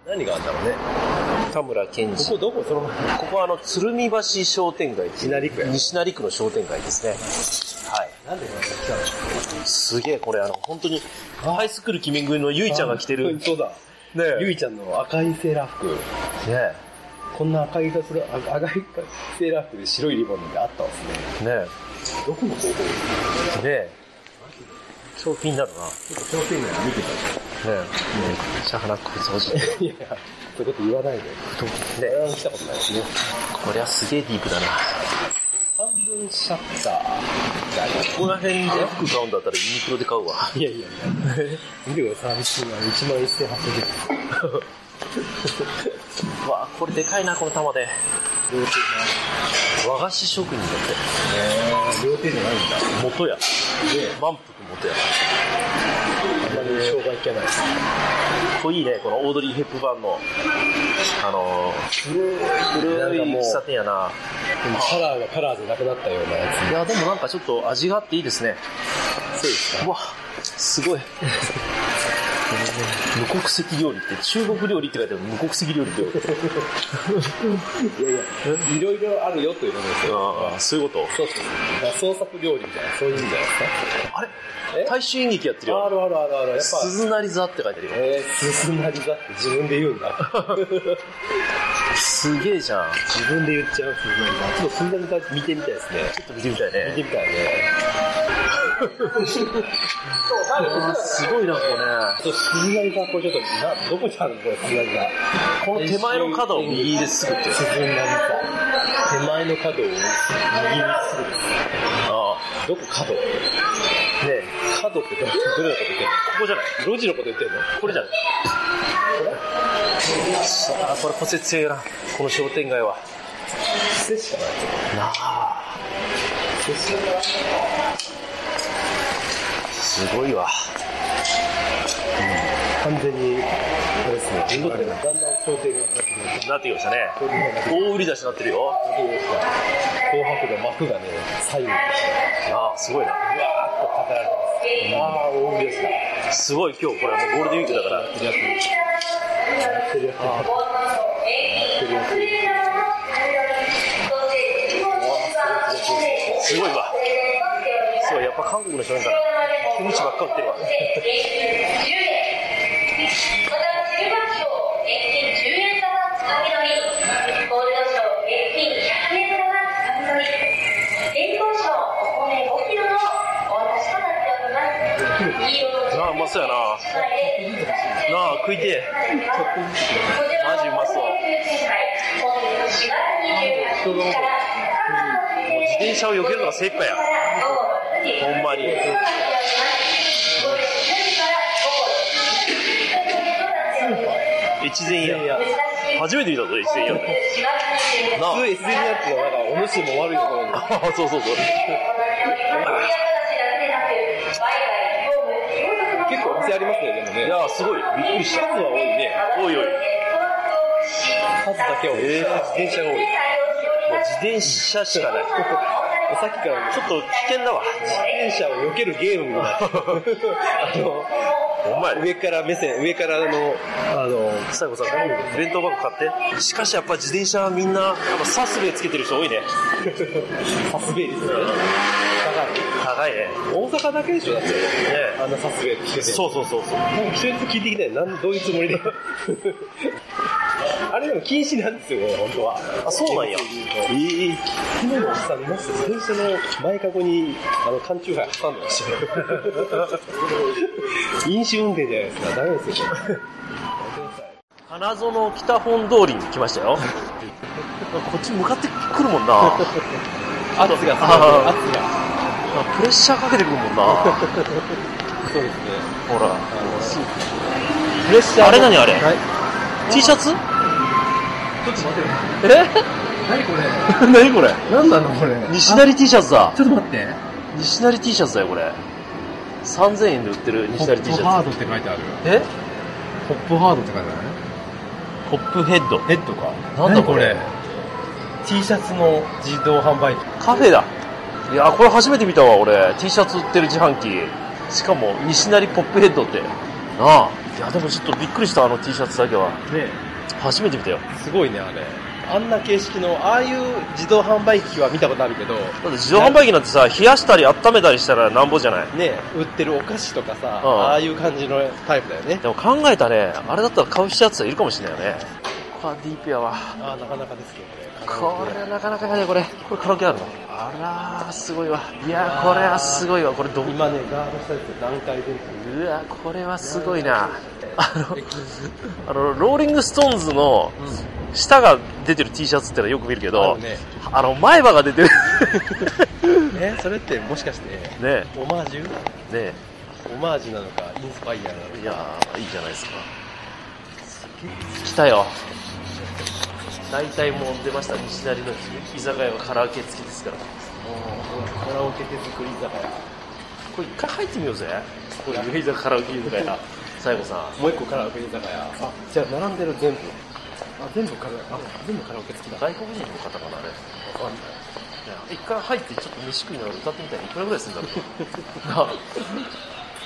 何があったのね田村健二ここどこそのここはあの鶴見橋商店街西成区西成区の商店街ですねはいなんで来たのすげえこれあの本当にハイスクール君組のゆいちゃんが着てるそうだねえゆいちゃんの赤いセーラー服、ねこんな赤いがする、あ赤いセーラー服で白いリボンがあったんですね。えねどこの高校ねえ超気になるな商店街見てねえめっちゃ鼻くそじた。いやいや、そういうこと言わないで。ね俺は来たことないですね。こりゃすげえディープだな半分シャッターがありますここら辺で服買うんだったらユニクロで買うわいやいやいや。見てください、サービスが1万1800円。うわこれでかいなこの玉で料亭和菓子職人だっな。料亭じゃないんだ。て元屋で、満腹元屋あんまり障害いけない。これいいねこのオードリー・ヘップバーンのあのー、なん古いかもう喫茶店やなでもカラーがカラーじゃなくなったようなやいやでもなんかちょっと味があっていいですねつ。そうですうわすごい無国籍料理って中国料理って書いてある無国籍料理って書いてかいやいや、いろいろあるよということですある [laughs] よ。ああそういうことそうそうそう。創作料理みたいな、そういうんじゃないですか。あれえ大衆演劇やってるあよるあるあるある。やっぱ、鈴なり座って書いてあるよえー、すすなりだって自分で言うんだ。すげえじゃん自分で言っちゃうすずなりだ。ちょっとすずなりだ見てみたいですね。ちょっと見てみたい見てねみたいね。あーすごいなこれねちょっとすずなりだ、これちょっと、な、どこにあるのこれ、すずなりだ。この手前の角を右ですぐってすずなりだ。手前の角を右にする。ああどこ角ねえ、角ってどれのこと言ってんのここじゃない路地のこと言ってんのこれじゃないああこれ個性強いなこの商店街は癖しかない。なあ癖しかない。すごいわ完全に、あれですね、自分の中でだんだん想定がなくなってきなってきましたねました。大売り出しになってるよ紅白の幕がね、左右にああすごいな立ああ、大喜利ですか。すごい今日これもうゴールデンウィークだから。あーすごいわ。すごい、やっぱ韓国の人なんか気持ちばっか売ってるわ。なあ、うまそうやな。なあ、食いてえ。マジうまそう。もう自転車を避けるのが精一杯や。ほんまに。越前屋。初めて見たぞ、越前屋。なあ。普通越前屋ってなんか、お主も悪いところああ、そうそうそう。結構お店ありますね、でもね。いやー、すごい。びっくりした。数は多いね。多い多い。数だけは多い。えー、自転車が多い。もう自転車しかない。 [laughs] さっきからちょっと危険だわ。自転車を避けるゲーム [laughs] が。あの、上から目線、上からの、あの、最後さん、弁当箱買って。しかしやっぱ自転車はみんな、やっぱサスベつけてる人多いね。サスベですね。高いね。大阪だけでしょ、だって。ねあんなサスベつけてそうそうそうそう。もう一つ聞いてきたよ。なんどういうつもりで。あれでも禁止なんですよ、本当は。あ、そうなんや。ええ昨日のおっさんいます自転車の前かごに、あの、缶チューハイ挟んでま [laughs] したよ。飲酒運転じゃないですか。ダメですよ。花園北本通りに来ましたよ。 [laughs] こっち向かってくるもん [laughs] な。圧がすごい、圧が。プレッシャーかけてくるもんな。 [laughs] そうですね。ほら、プレッシャー。あれ何あれ、?T シャツちょっと待え何これ [laughs] 何これ何なのこれ西成 T シャツだちょっと待って西成 T シャツだよこれ3000円で売ってる西成 T シャツホップハードって書いてあるえホップハードって書いてあホるップヘッドヘッドかなんだこれ T シャツの自動販売機カフェだいやこれ初めて見たわ俺 T シャツ売ってる自販機しかも西成ポップヘッドってなあいやでもちょっとびっくりしたあの T シャツだけはね初めて見たよすごいねあれあんな形式のああいう自動販売機は見たことあるけどだって自動販売機なんてさ冷やしたり温めたりしたらなんぼじゃないね売ってるお菓子とかさ、うんああいう感じのタイプだよねでも考えたねあれだったら買う人やつはいるかもしれないよねこれディープやわあーなかなかですけどねこれなかなかやねこれこれカラオケあるのあらーすごいわいやーこれはすごいわこれど今ねガードしたやつ段階でうわこれはすごいなあのローリングストーンズの下が出てる T シャツってのはよく見るけどあ,、るねの前歯が出てる [laughs] えそれってもしかしてねオマージュねオマージュなのかインスパイアなのかいやーいいじゃないですか来たよ大体もう出ました西成の居酒屋はカラオケ付きですからカラオケ手作り酒屋これ一回入ってみようぜこれ上井座カラオケ居酒 [laughs] 屋最後さもう一個カラオケ居酒屋あじゃあ並んでる全部あ全部カラあ全部カラオケ好きだ外国人の方かなあれわかんない一回入ってちょっと飯食いながら歌ってみたらいくらぐらいするんだろうな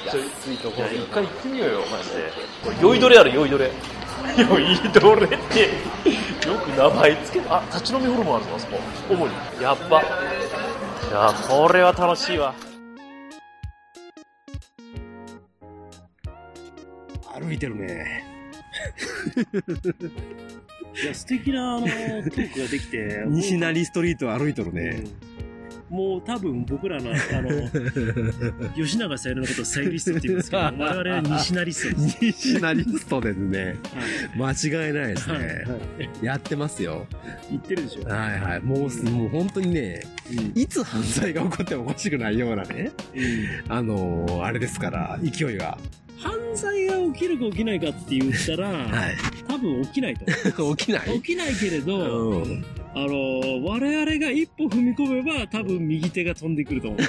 安いところだいやよな一回行ってみようよマジでこれ酔いどれある酔いどれ酔いどれってよく名前つけたあ立ち飲みホルモンあるぞあそこ主にやっぱいやこれは楽しいわ歩いてるね。いや素敵なあのトークができて西成ストリートを歩いとるね。もう多分僕らのあの吉永小百合のことをサイリストって言うんです [laughs] けど我々は西成ストです西成ストですね。間違いないですね。やってますよ。言ってるでしょはいはい。もう、もう本当にね、いつ犯罪が起こってもおかしくないようなね、あのーあれですから、勢いが。犯罪が起きるか起きないかって言ったら、多分起きないと思う起きない [laughs] 起きないけれど、うん。あ [laughs] の我々が一歩踏み込めば多分右手が飛んでくると思う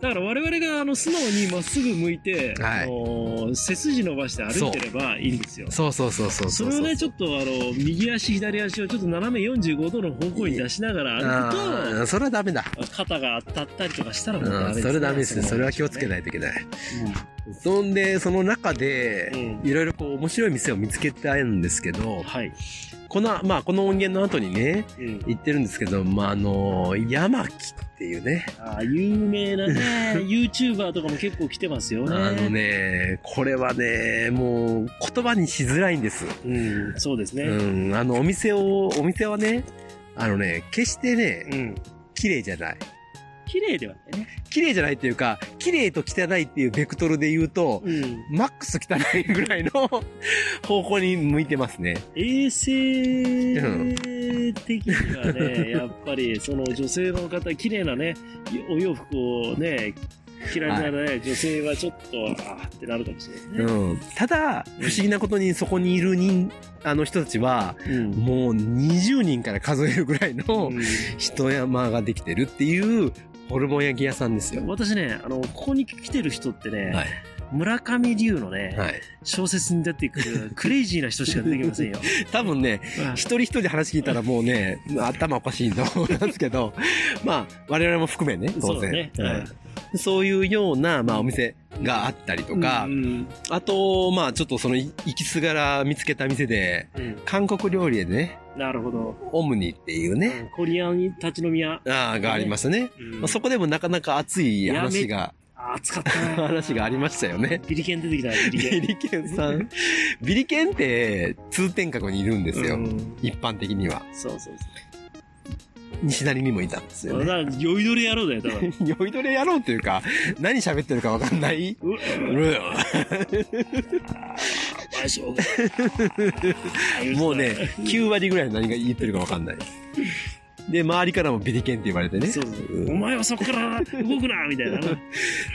だから我々があの素直にまっすぐ向いて、あの背筋伸ばして歩いてればいいんですよ。そうそうそうそうそうれをね、ちょっとあの、右足、左足をちょっと斜め45度の方向に出しながら歩くあーそれはダメだ。と、肩が当たったりとかしたらもうダメうでんす、ね。それダメですね。それは気をつけないといけない。そんで、その中で、いろいろこう、面白い店を見つけたいんですけど、この、まあ、この音源の後にね、言ってるんですけど、まあ、あの、山木っていうね。あ有名な [laughs] ね、YouTuber とかも結構来てますよね。あのね、これはね、もう言葉にしづらいんです。うん、そうですね。うん、あの、お店を、お店はね、あのね、決してね、綺麗じゃない。綺麗ではないね。綺麗じゃないっていうか、綺麗と汚いっていうベクトルで言うと、マックス汚いぐらいの [laughs] 方向に向いてますね。衛生的にはうんね、やっぱりその女性の方、綺麗なね、お洋服をね、着られないね、女性はちょっと、あーってなるかもしれないですね。うん、ただ、不思議なことにそこにいる人あの人たちは、もう20人から数えるぐらいの人山ができてるっていうホルモン焼き屋さんですよ。私ね、あの、ここに来てる人ってね、はい村上龍のね、小説に出てくるクレイジーな人しか出てきませんよ。多分ね、一人一人で話聞いたらもうね、頭おかしいと思うんですけど、まあ、我々も含めね、当そうね然。うんそういうような、まあ、お店 [laughs] があったりとか、あと、まあ、ちょっとその、い行きすがら見つけた店で、韓国料理でね、なるほど。オムニっていうね、コリアン立ち飲み屋。ああがありましたね。うんまあそこでもなかなか熱い話いやが。熱かった [laughs] 話がありましたよね。ビリケン出てきた、[laughs] ビリケン。ビリケンさん。ビリケンって通天閣にいるんですよ。一般的には。そうそうそう。西成にもいたんですよ、ね。だから酔いどれ野郎だよ、だから。酔いどれやろうというか、何喋ってるかわかんないうるもうね、9割ぐらい何が言ってるかわかんない。で、周りからもビリケンって言われてね。うんお前はそこから動くなみたいな。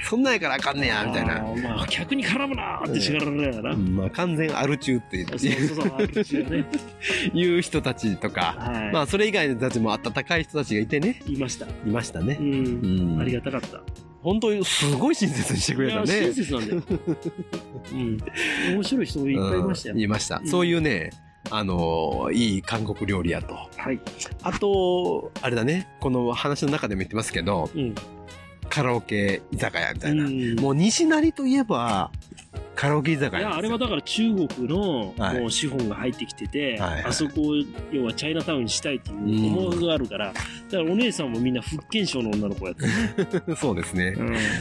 そんなんやからあかんねや、みたいな。あーまあ、客に絡むなーって叱られながらう。んまあ、完全アル中っていうそうそうそうアル中ねいう人たちとか、はいまあそれ以外の人たちも温かい人たちがいてねいましたいましたね、うんありがとたかった。本当にすごい親切にしてくれたねいや親切なんだようん。面白い人いっぱいいましたよ。いました、んそういうねあのーいい韓国料理屋と、あとあれだねこの話の中でも言ってますけど、カラオケ居酒屋みたいな、もう西成といえばカラオケ居酒いや、屋あれはだから中国のもう資本が入ってきてて、あそこを要はチャイナタウンにしたいっていう思惑があるから、だからお姉さんもみんな福建省の女の子やってね [laughs] そうですね、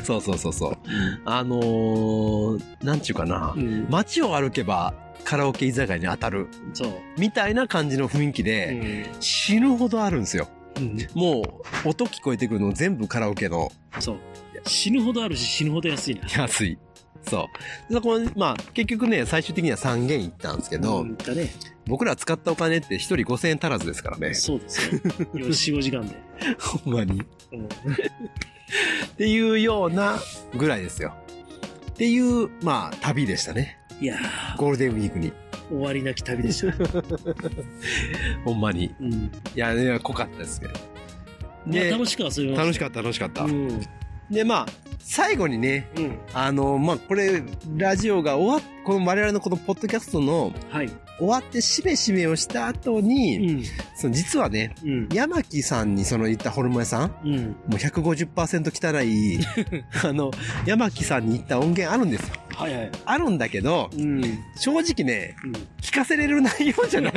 そうそうそうそうあのー、なんちゅうかな、街を歩けばカラオケ居酒屋に当たるみたいな感じの雰囲気で、死ぬほどあるんですよ、もう音聞こえてくるの全部カラオケのそう死ぬほどあるし死ぬほど安いな安いそうそこにまあ結局ね最終的には3軒行ったんですけど、僕ら使ったお金って1人5000円足らずですからねそうですよ45時間で [laughs] ほんまにっていうようなぐらいですよ。っていう、まあ、旅でしたね。いやゴールデンウィークに。終わりなき旅でしたほんまに。うんいや、いや濃かったですけど。まあ楽しく遊びましたよ楽しかった、楽しかった。うんで、まあ、最後にね、あの、まあ、これ、ラジオが終わっ、この我々のこのポッドキャストの、終わってしめしめをした後に、その実はね、山木さんにその言ったホルモン屋さん、うんもう150%汚い、 [laughs] あの、山木さんに言った音源あるんですよ。はいはいあるんだけど、正直ね、聞かせれる内容じゃ [laughs] ない、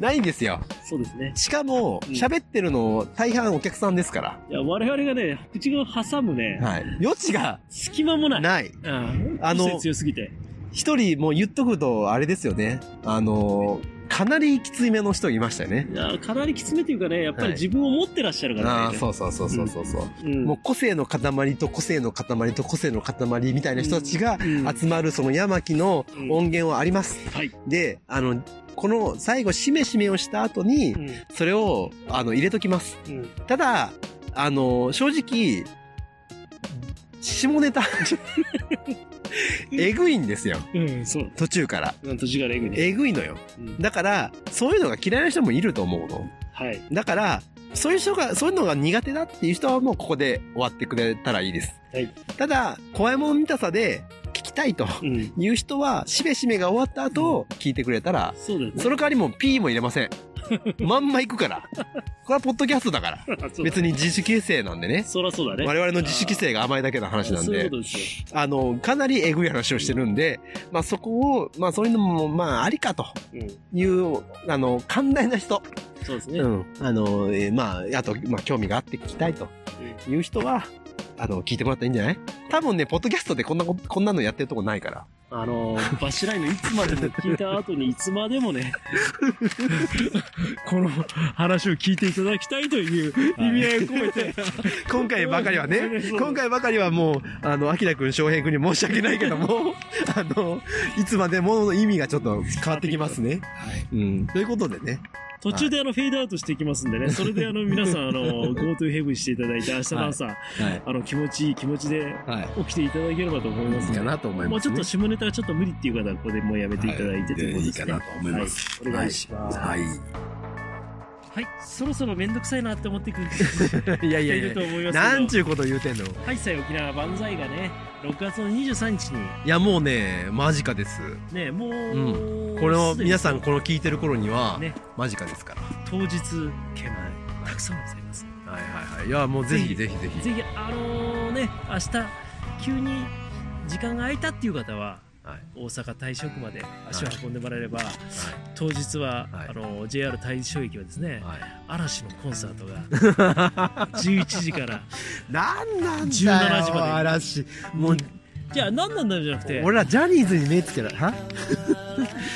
ないんですよ。そうですね。しかも、喋ってるの大半お客さんですから。いや我々がね口を挟むね、はい。余地が、隙間もない。ない。うん、あの個性強すぎて一人もう言っとくと、あれですよね。あの、かなりきついめの人いましたよね。いやかなりきつめというかねやっぱはいり自分を持ってらっしゃるからね、ああ、そうそうそうそうそうそう、うんもう個性の塊と個性の塊と個性の塊みたいな人たちが集まるその山木の音源はあります。で、あの、この最後、しめしめをした後に、それを、あの、入れときます。うんただ、あの、正直、下 [laughs] ネタ、えぐいんですよ。途中から。途中からえぐい、えぐいのよ。だから、そういうのが嫌いな人もいると思うの。はい。だから、そういう人が、そういうのが苦手だっていう人はもうここで終わってくれたらいいです。ただ、怖いもの見たさで聞きたいという人は、しめしめが終わった後、聞いてくれたら、そうだよねその代わりもう P も入れません。まんま行くから。これはポッドキャストだ [laughs] から。別に自主規制なんでね。そらそうだね我々の自主規制が甘いだけの話なんそういうでこと。ですよあの、かなりえぐい話をしてるんで、まあそこを、まあそういうのも、まあありかという、あの、寛大な人。そうですね。うん。あの、えーまあ、あと、まあ興味があって聞きたいという人は、あの、聞いてもらったらいいんじゃない多分ね、ポッドキャストでこんなこ、こんなのやってるとこないから。あのー、バシライのいつまでも聞いた後にいつまでもね、 [laughs] この話を聞いていただきたいという意味合いを込めて、今回ばかりはねそう、今回ばかりはもう、あの、明君、翔平君に申し訳ないけども、 [laughs] あの、いつまでもの意味がちょっと変わってきますね。はい。うん。ということでね。途中であのフェードアウトしていきますんでね、それであの皆さん、あの、GoToHeaven していただいて、明日の朝、はい。あの気持ちいい気持ちではい起きていただければと思いますかなと思いますねもうちょっと下ネタはちょっと無理っていう方はここでもうやめていただいてということですね。はいでいいかなと思いますはいお願いします。はい。はい、そろそろめんどくさいなって思ってくる。いやいや来てると [laughs] 思いいまや、すけどなんちゅうこと言うてんの。はい、さよ沖縄万歳がね、6月の23日に、いや、もうね、間近です。ね、もう、うん。これを、皆さんこの聞いてる頃にはね、間近ですから。当日券もたくさんございます。はいはいはい。いや、もうぜひぜひぜひ。ぜひあのね明日急に時間が空いたっていう方は、大阪大正区まで足を運んでもらえれば、当日は、あの JR 大正駅はですね、嵐のコンサートが [laughs] 11時からなんなんだよ17時まで嵐もうじゃあ何なんだよじゃなくて俺らジャニーズに目つけらは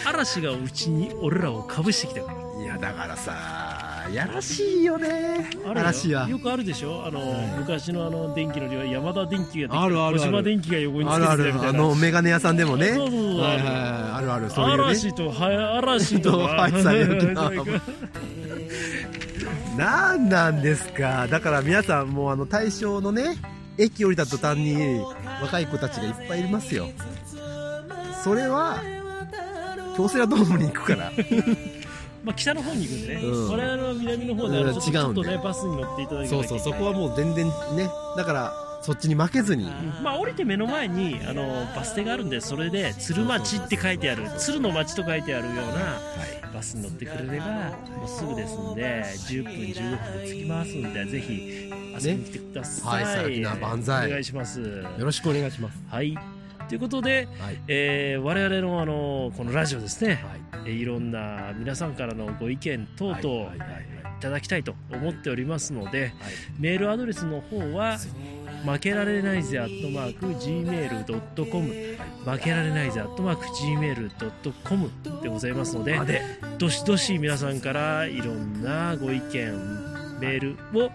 嵐がうちに俺らをかぶしてきたからいやだからさやらしいよねあるよ嵐はよくあるでしょあの、昔のあの電気の量山田電機ができたあるあるある小島電機が横につあけるてたあみたいるなあのメガネ屋さんでもねそうそうそうはいはいはいあるあるそういうね嵐とはや嵐とと [laughs] ははいさよ [laughs] うならなんなんですかだから皆さんもうあの大正のね駅降りた途端に若い子たちがいっぱいいますよそれは京セラドームに行くからまあ北の方に行くんでね、うん我々は南の方であのうんちょっとちょっと違うんでねバスに乗っていただけそうそうそこはもう全然ねだからそっちに負けずにまあ降りて目の前にあのバス停があるんでそれで鶴町って書いてある鶴の町と書いてあるようなバスに乗ってくれればもうすぐですんで10分15分で着きますんでぜひ遊びに来てください、はいさよなら万歳お願いしますよよろしくお願いしますはい。ということで、えー我々のあのこのラジオですね、えーいろんな皆さんからのご意見等々、いただきたいと思っておりますので、メールアドレスの方は、負けられないぜ、アットマーク、gmail.com、負けられないぜ、アットマーク、gmail.com でございますので、どしどし皆さんからいろんなご意見、メールを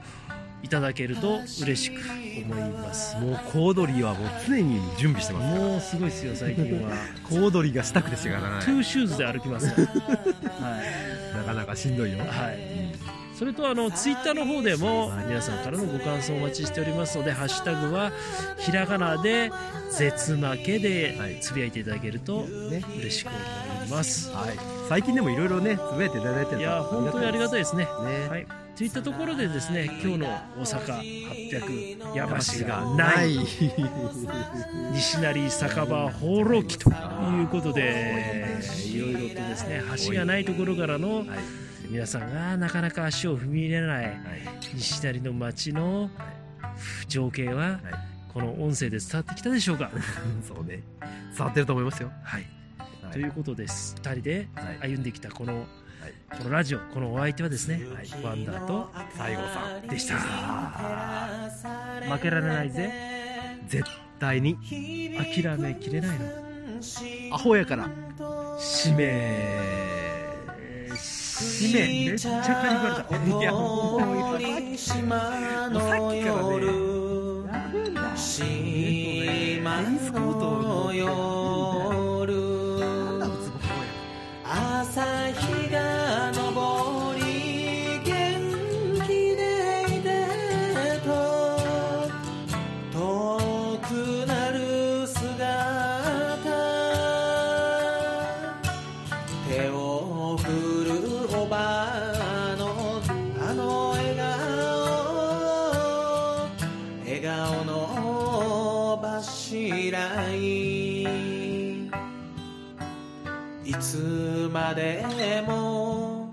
いただけると嬉しく思います。もうコードリーはもう常に準備してますからもうすごいですよ最近はコードリーがしたくてしがらないトゥーシューズで歩きますからはいなかなかしんどいよはいそれとあのツイッターの方でも皆さんからのご感想をお待ちしておりますので「ハッシュタグはひらがなで絶負け」でつぶやいていただけると嬉しく思います、最近でもいろいろねつぶやいていただいてるいや本当にありがたいですねはい、といったところでですね今日の大阪800山市がない西成酒場放浪記ということでいろいろとですね橋がないところからの皆さんがなかなか足を踏み入れない西成の町の情景はこの音声で伝わってきたでしょうかそうね伝わってると思いますよはいはいということです2人で歩んできたこの、このラジオこのお相手はですね、ワンダーと西郷さんでした負けられないぜ絶対に諦めきれないのアホやからしめしめめっちゃカニバルだいやもうさっきさっきからね島の夜朝日が昇り元気でいてと遠くなる姿手を振るおばあのあの笑顔でも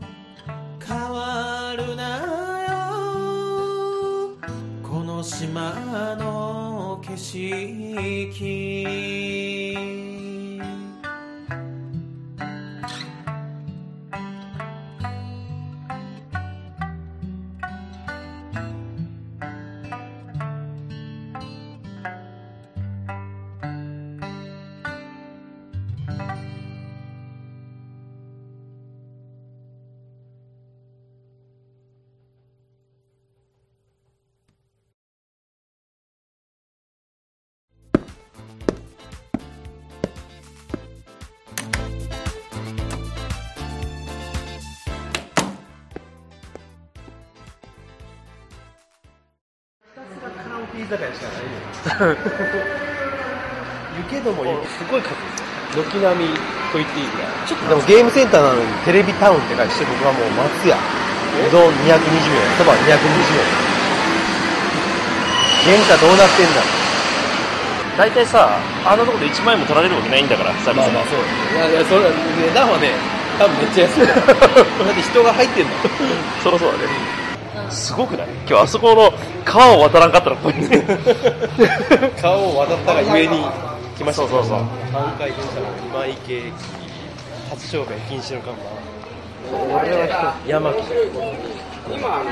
変わるなよこの島の景色カラオケ居酒屋しかないよけどもすごい数ですよ軒並みと言っていいぐらいちょっでもゲームセンターなのにテレビタウンって書いてして僕はもう松屋うどん220円そば220円原価どうなってんだ大体さあのとこで1万円も取られるわけないんだからさまあまあそういやいやそれ値段はね多分めっちゃ安いだって人が入ってんのそろそろだねすごくない今日あそこの川を渡らんか [laughs] ったらこういうね川を渡ったがゆえに来ました、ね、そうそうそう満開電車の今池駅初商売禁止の看板あれは山木今あの、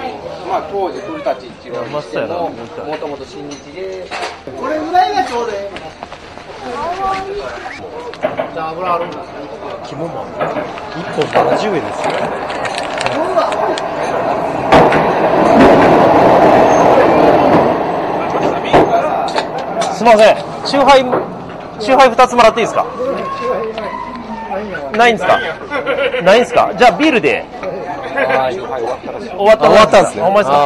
まあ、当時古舘っていうの真っ青やなももともと新日でこれぐらいがちょうどええじゃあ油あるんだ肝もある1本70円ですよすいませんチューハイチューハイ2つもらっていいですかないんですかないんですかじゃあビールではい終わったらしい終わった終わったんすねほんまですか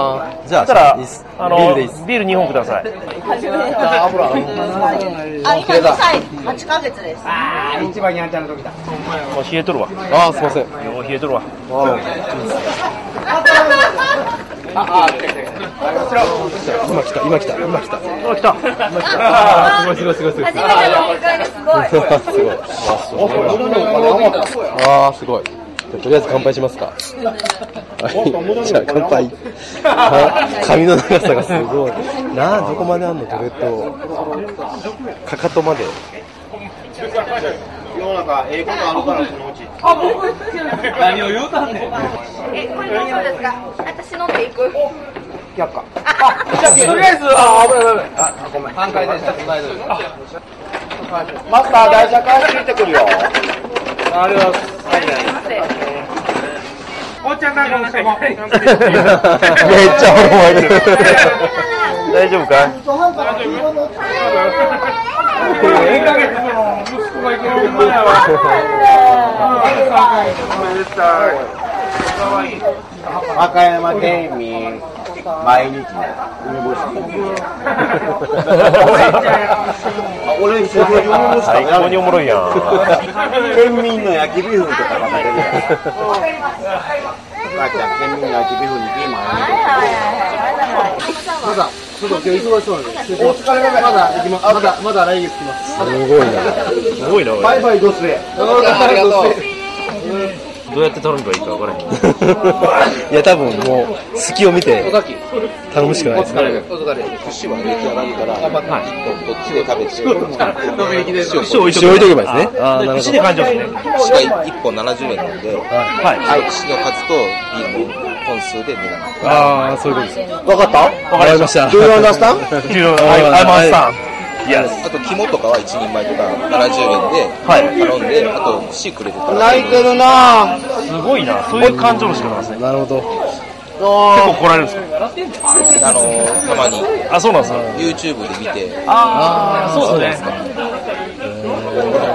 じゃあそしたらいいっすあビーのルでビいいっール2本ください油あ、今5歳、8ヶ月です。ああ、一番やんちゃな時だ。もう冷えとるわあーすいませんよう冷えとるわああ来た来た今来た今来来たあこちらた今来た今来た今来たあーすごいすごいすごいすごい初めての [laughs] すごいあーすごいじゃあとりあえず乾杯しますかはいじゃあ乾杯 [laughs] か髪の長さがすごいなあどこまであんのドレッドかかとまで世の中ええことあるからそのうちあ僕言ってない何を言うたんねんえ、これ大丈夫ですか私飲んでいくやっかあとりあえずあ危ない危ないあごめん半回転した大丈夫マスター大事な会社行ってくるよありがとうございますおっちゃんなんかもしてもめっちゃおもろい大丈夫か大丈夫。ええ加減その息子が行くの。前は。和歌山県民毎日の梅干 [laughs] し。俺一緒に梅干し。 [laughs] 最高におもろいやん [laughs] 県民の焼きビーフンとか食べてるやん。母ちゃん県民の焼きビーフンにピーマン入れてる。まだ、ちょっと今日忙しそうなんで。お疲れ様まだ行きます。まだ、まだ来月来ます。すごいなすごいなバイバイドスレ。ありがとう。どうやって頼むかいいか分からへんいや多分もう隙を見て頼むしかないですねお疲れ。串はめっちゃるから、はい。どっちで食べて。飲み行きで串置いとけばいいですねあーなるほど串が一本七十円なんで、はい。串の数とビールの本数で値段。ああそういうことですわかったわかりましたどういう話したん Do you understand? あと肝とかは一人前とか70円で頼んで、あとシークレットとか泣いてるなすごいなそういう感情の仕方なんですねなるほど結構来られるんですかあのたまにあそうなんですか YouTube で見てあーそうですね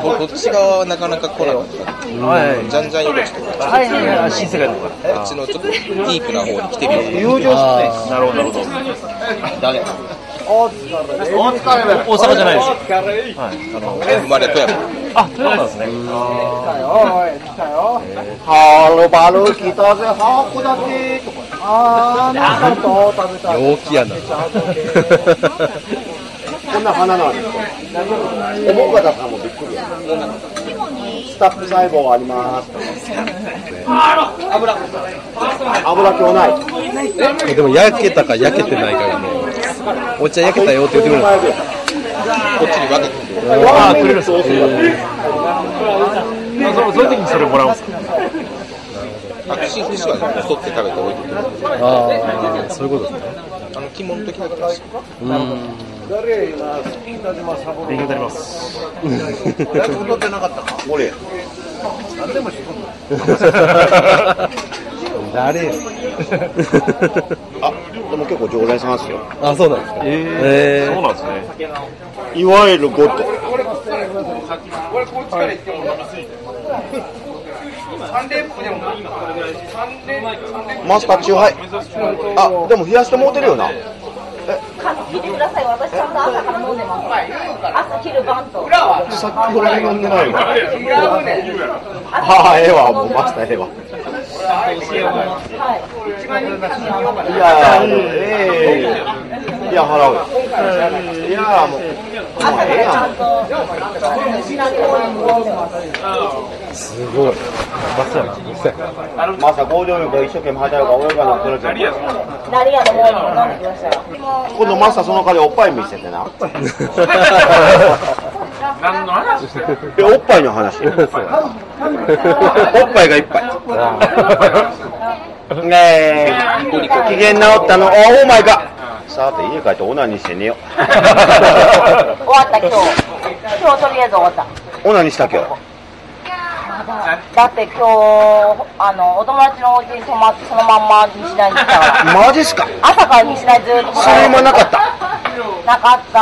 ここっち側はなかなか来なかったんではいじゃんじゃんよりちょっとこっちはいはいはい新世界の方からこっちのちょっとディープな方に来てみよう友情室ねなるほどなるほど誰お疲れ大阪じゃないですはいあの生まれ富山あそうなんですねハロバル来たぜハコだけとかあなんかと食べ陽気やなこんな花なんですか思う方さんもびっくりやスタップ細胞あります。油。油今日ない。えでも焼けたか焼けてないかがもうお茶焼けたよって言ってくれるこっちに分けてわあくれるそうまあそのその時にそれもらうんですか白真節はね、取って食べて置いてくれる。ああそういうことですねあの、鬼門的な形。うん誰います。勉強になります。だいぶ踊ってなかったか。俺や。何でも仕事。誰やあ、でも結構常連さんですよ。あそうなんですかえーそうなんですね。いわゆるゴッド。俺こっちから行ってもらっていい3連でも今これぐらい3連マスターチューハイ。あ、でも冷やしてもうてるよな。聞いてください、私ちゃんと朝から飲んでます。朝昼晩と。裏はさっきぐらい飲んでないわ。違うね。ああ、ええわ、もうマスターええわ。はい。一番人気なのはやーええいや、払うよ。いやーもう、朝からちゃんと、西成公園に飲んでます。すごい。マスター、マスター、工場力が一生懸命働くから、俺がなってるじゃん。成屋の方にも飲んできましたよ。今度マスターその代わりおっぱい見せてな。何の話え、おっぱいの話。おっぱいがいっぱい。ねえ、機嫌直ったの、あ、オーマイガーさて、家帰ってオナニーして寝よ終わった今日。今日とりあえず終わった。う。オナニーした今日。だって今日、あの、お友達のお家に泊まって、そのまんま西成に来たわ。マジっすか朝から西成ずっとそれもなかった。なかった。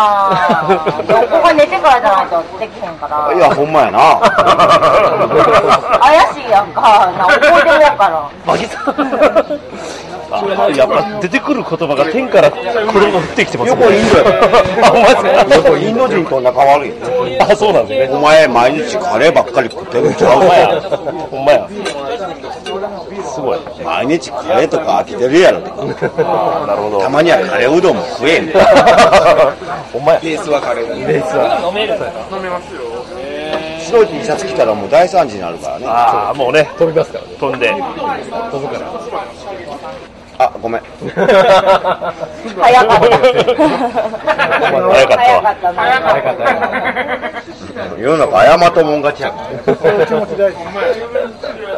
ここ寝てからじゃないとできへんから。いや、ほんまやな。 [laughs] 怪しいやんか。な覚えてるやから。バギさんやっ [laughs] ぱ出てくる言葉が天からこれも降ってきてますね。横インドや。横インド人と仲悪い。あ、そうなんですね。お前、毎日カレーばっかり食ってるんちゃうほんまや。ほんまや。すごい。毎日カレーとか飽きてるやろとか。なるほど。たまにはカレーうどんも食えん。ほんまや。ベースはカレーだベースは。飲める飲めますよ。白い T シャツ着たらもう大惨事になるからね。ああ、もうね。飛びますからね。飛んで。飛ぶから。あ、ごめん。早かった。早かったわ。ったな。早かった。世の中謝ったもん勝ちやから。気持ち大事。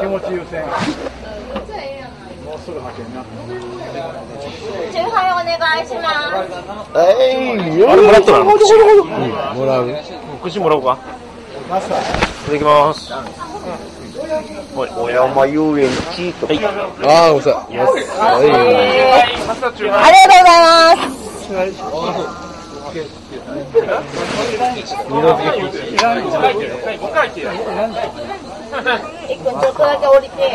気持ち優先。もうすぐ派遣な。中杯お願いしまえいあれもらったな。もらう。串もらおうか。マスター。いただきます。小山遊園地とか。ああ、おさ。はいマスター中ありがとうございます。一個ちょっとだけ降りてや。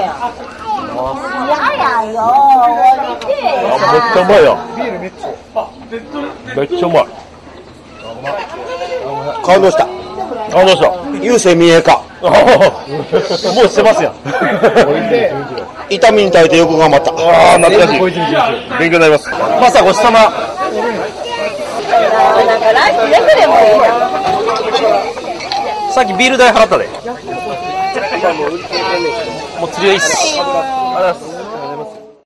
嫌やよ、降りてや。めっちゃうまいや。ビールめっちゃ。めっちゃうまい。感動した。感動した。優勢見えか。もうしてますやん。痛みに耐えてよく頑張った。ああ、懐かしい。勉強になります。マスターごちそうさま。なんかライスレフでもいいな。さっきビール代払ったで。もう釣りはいいっす。ありがとうございます。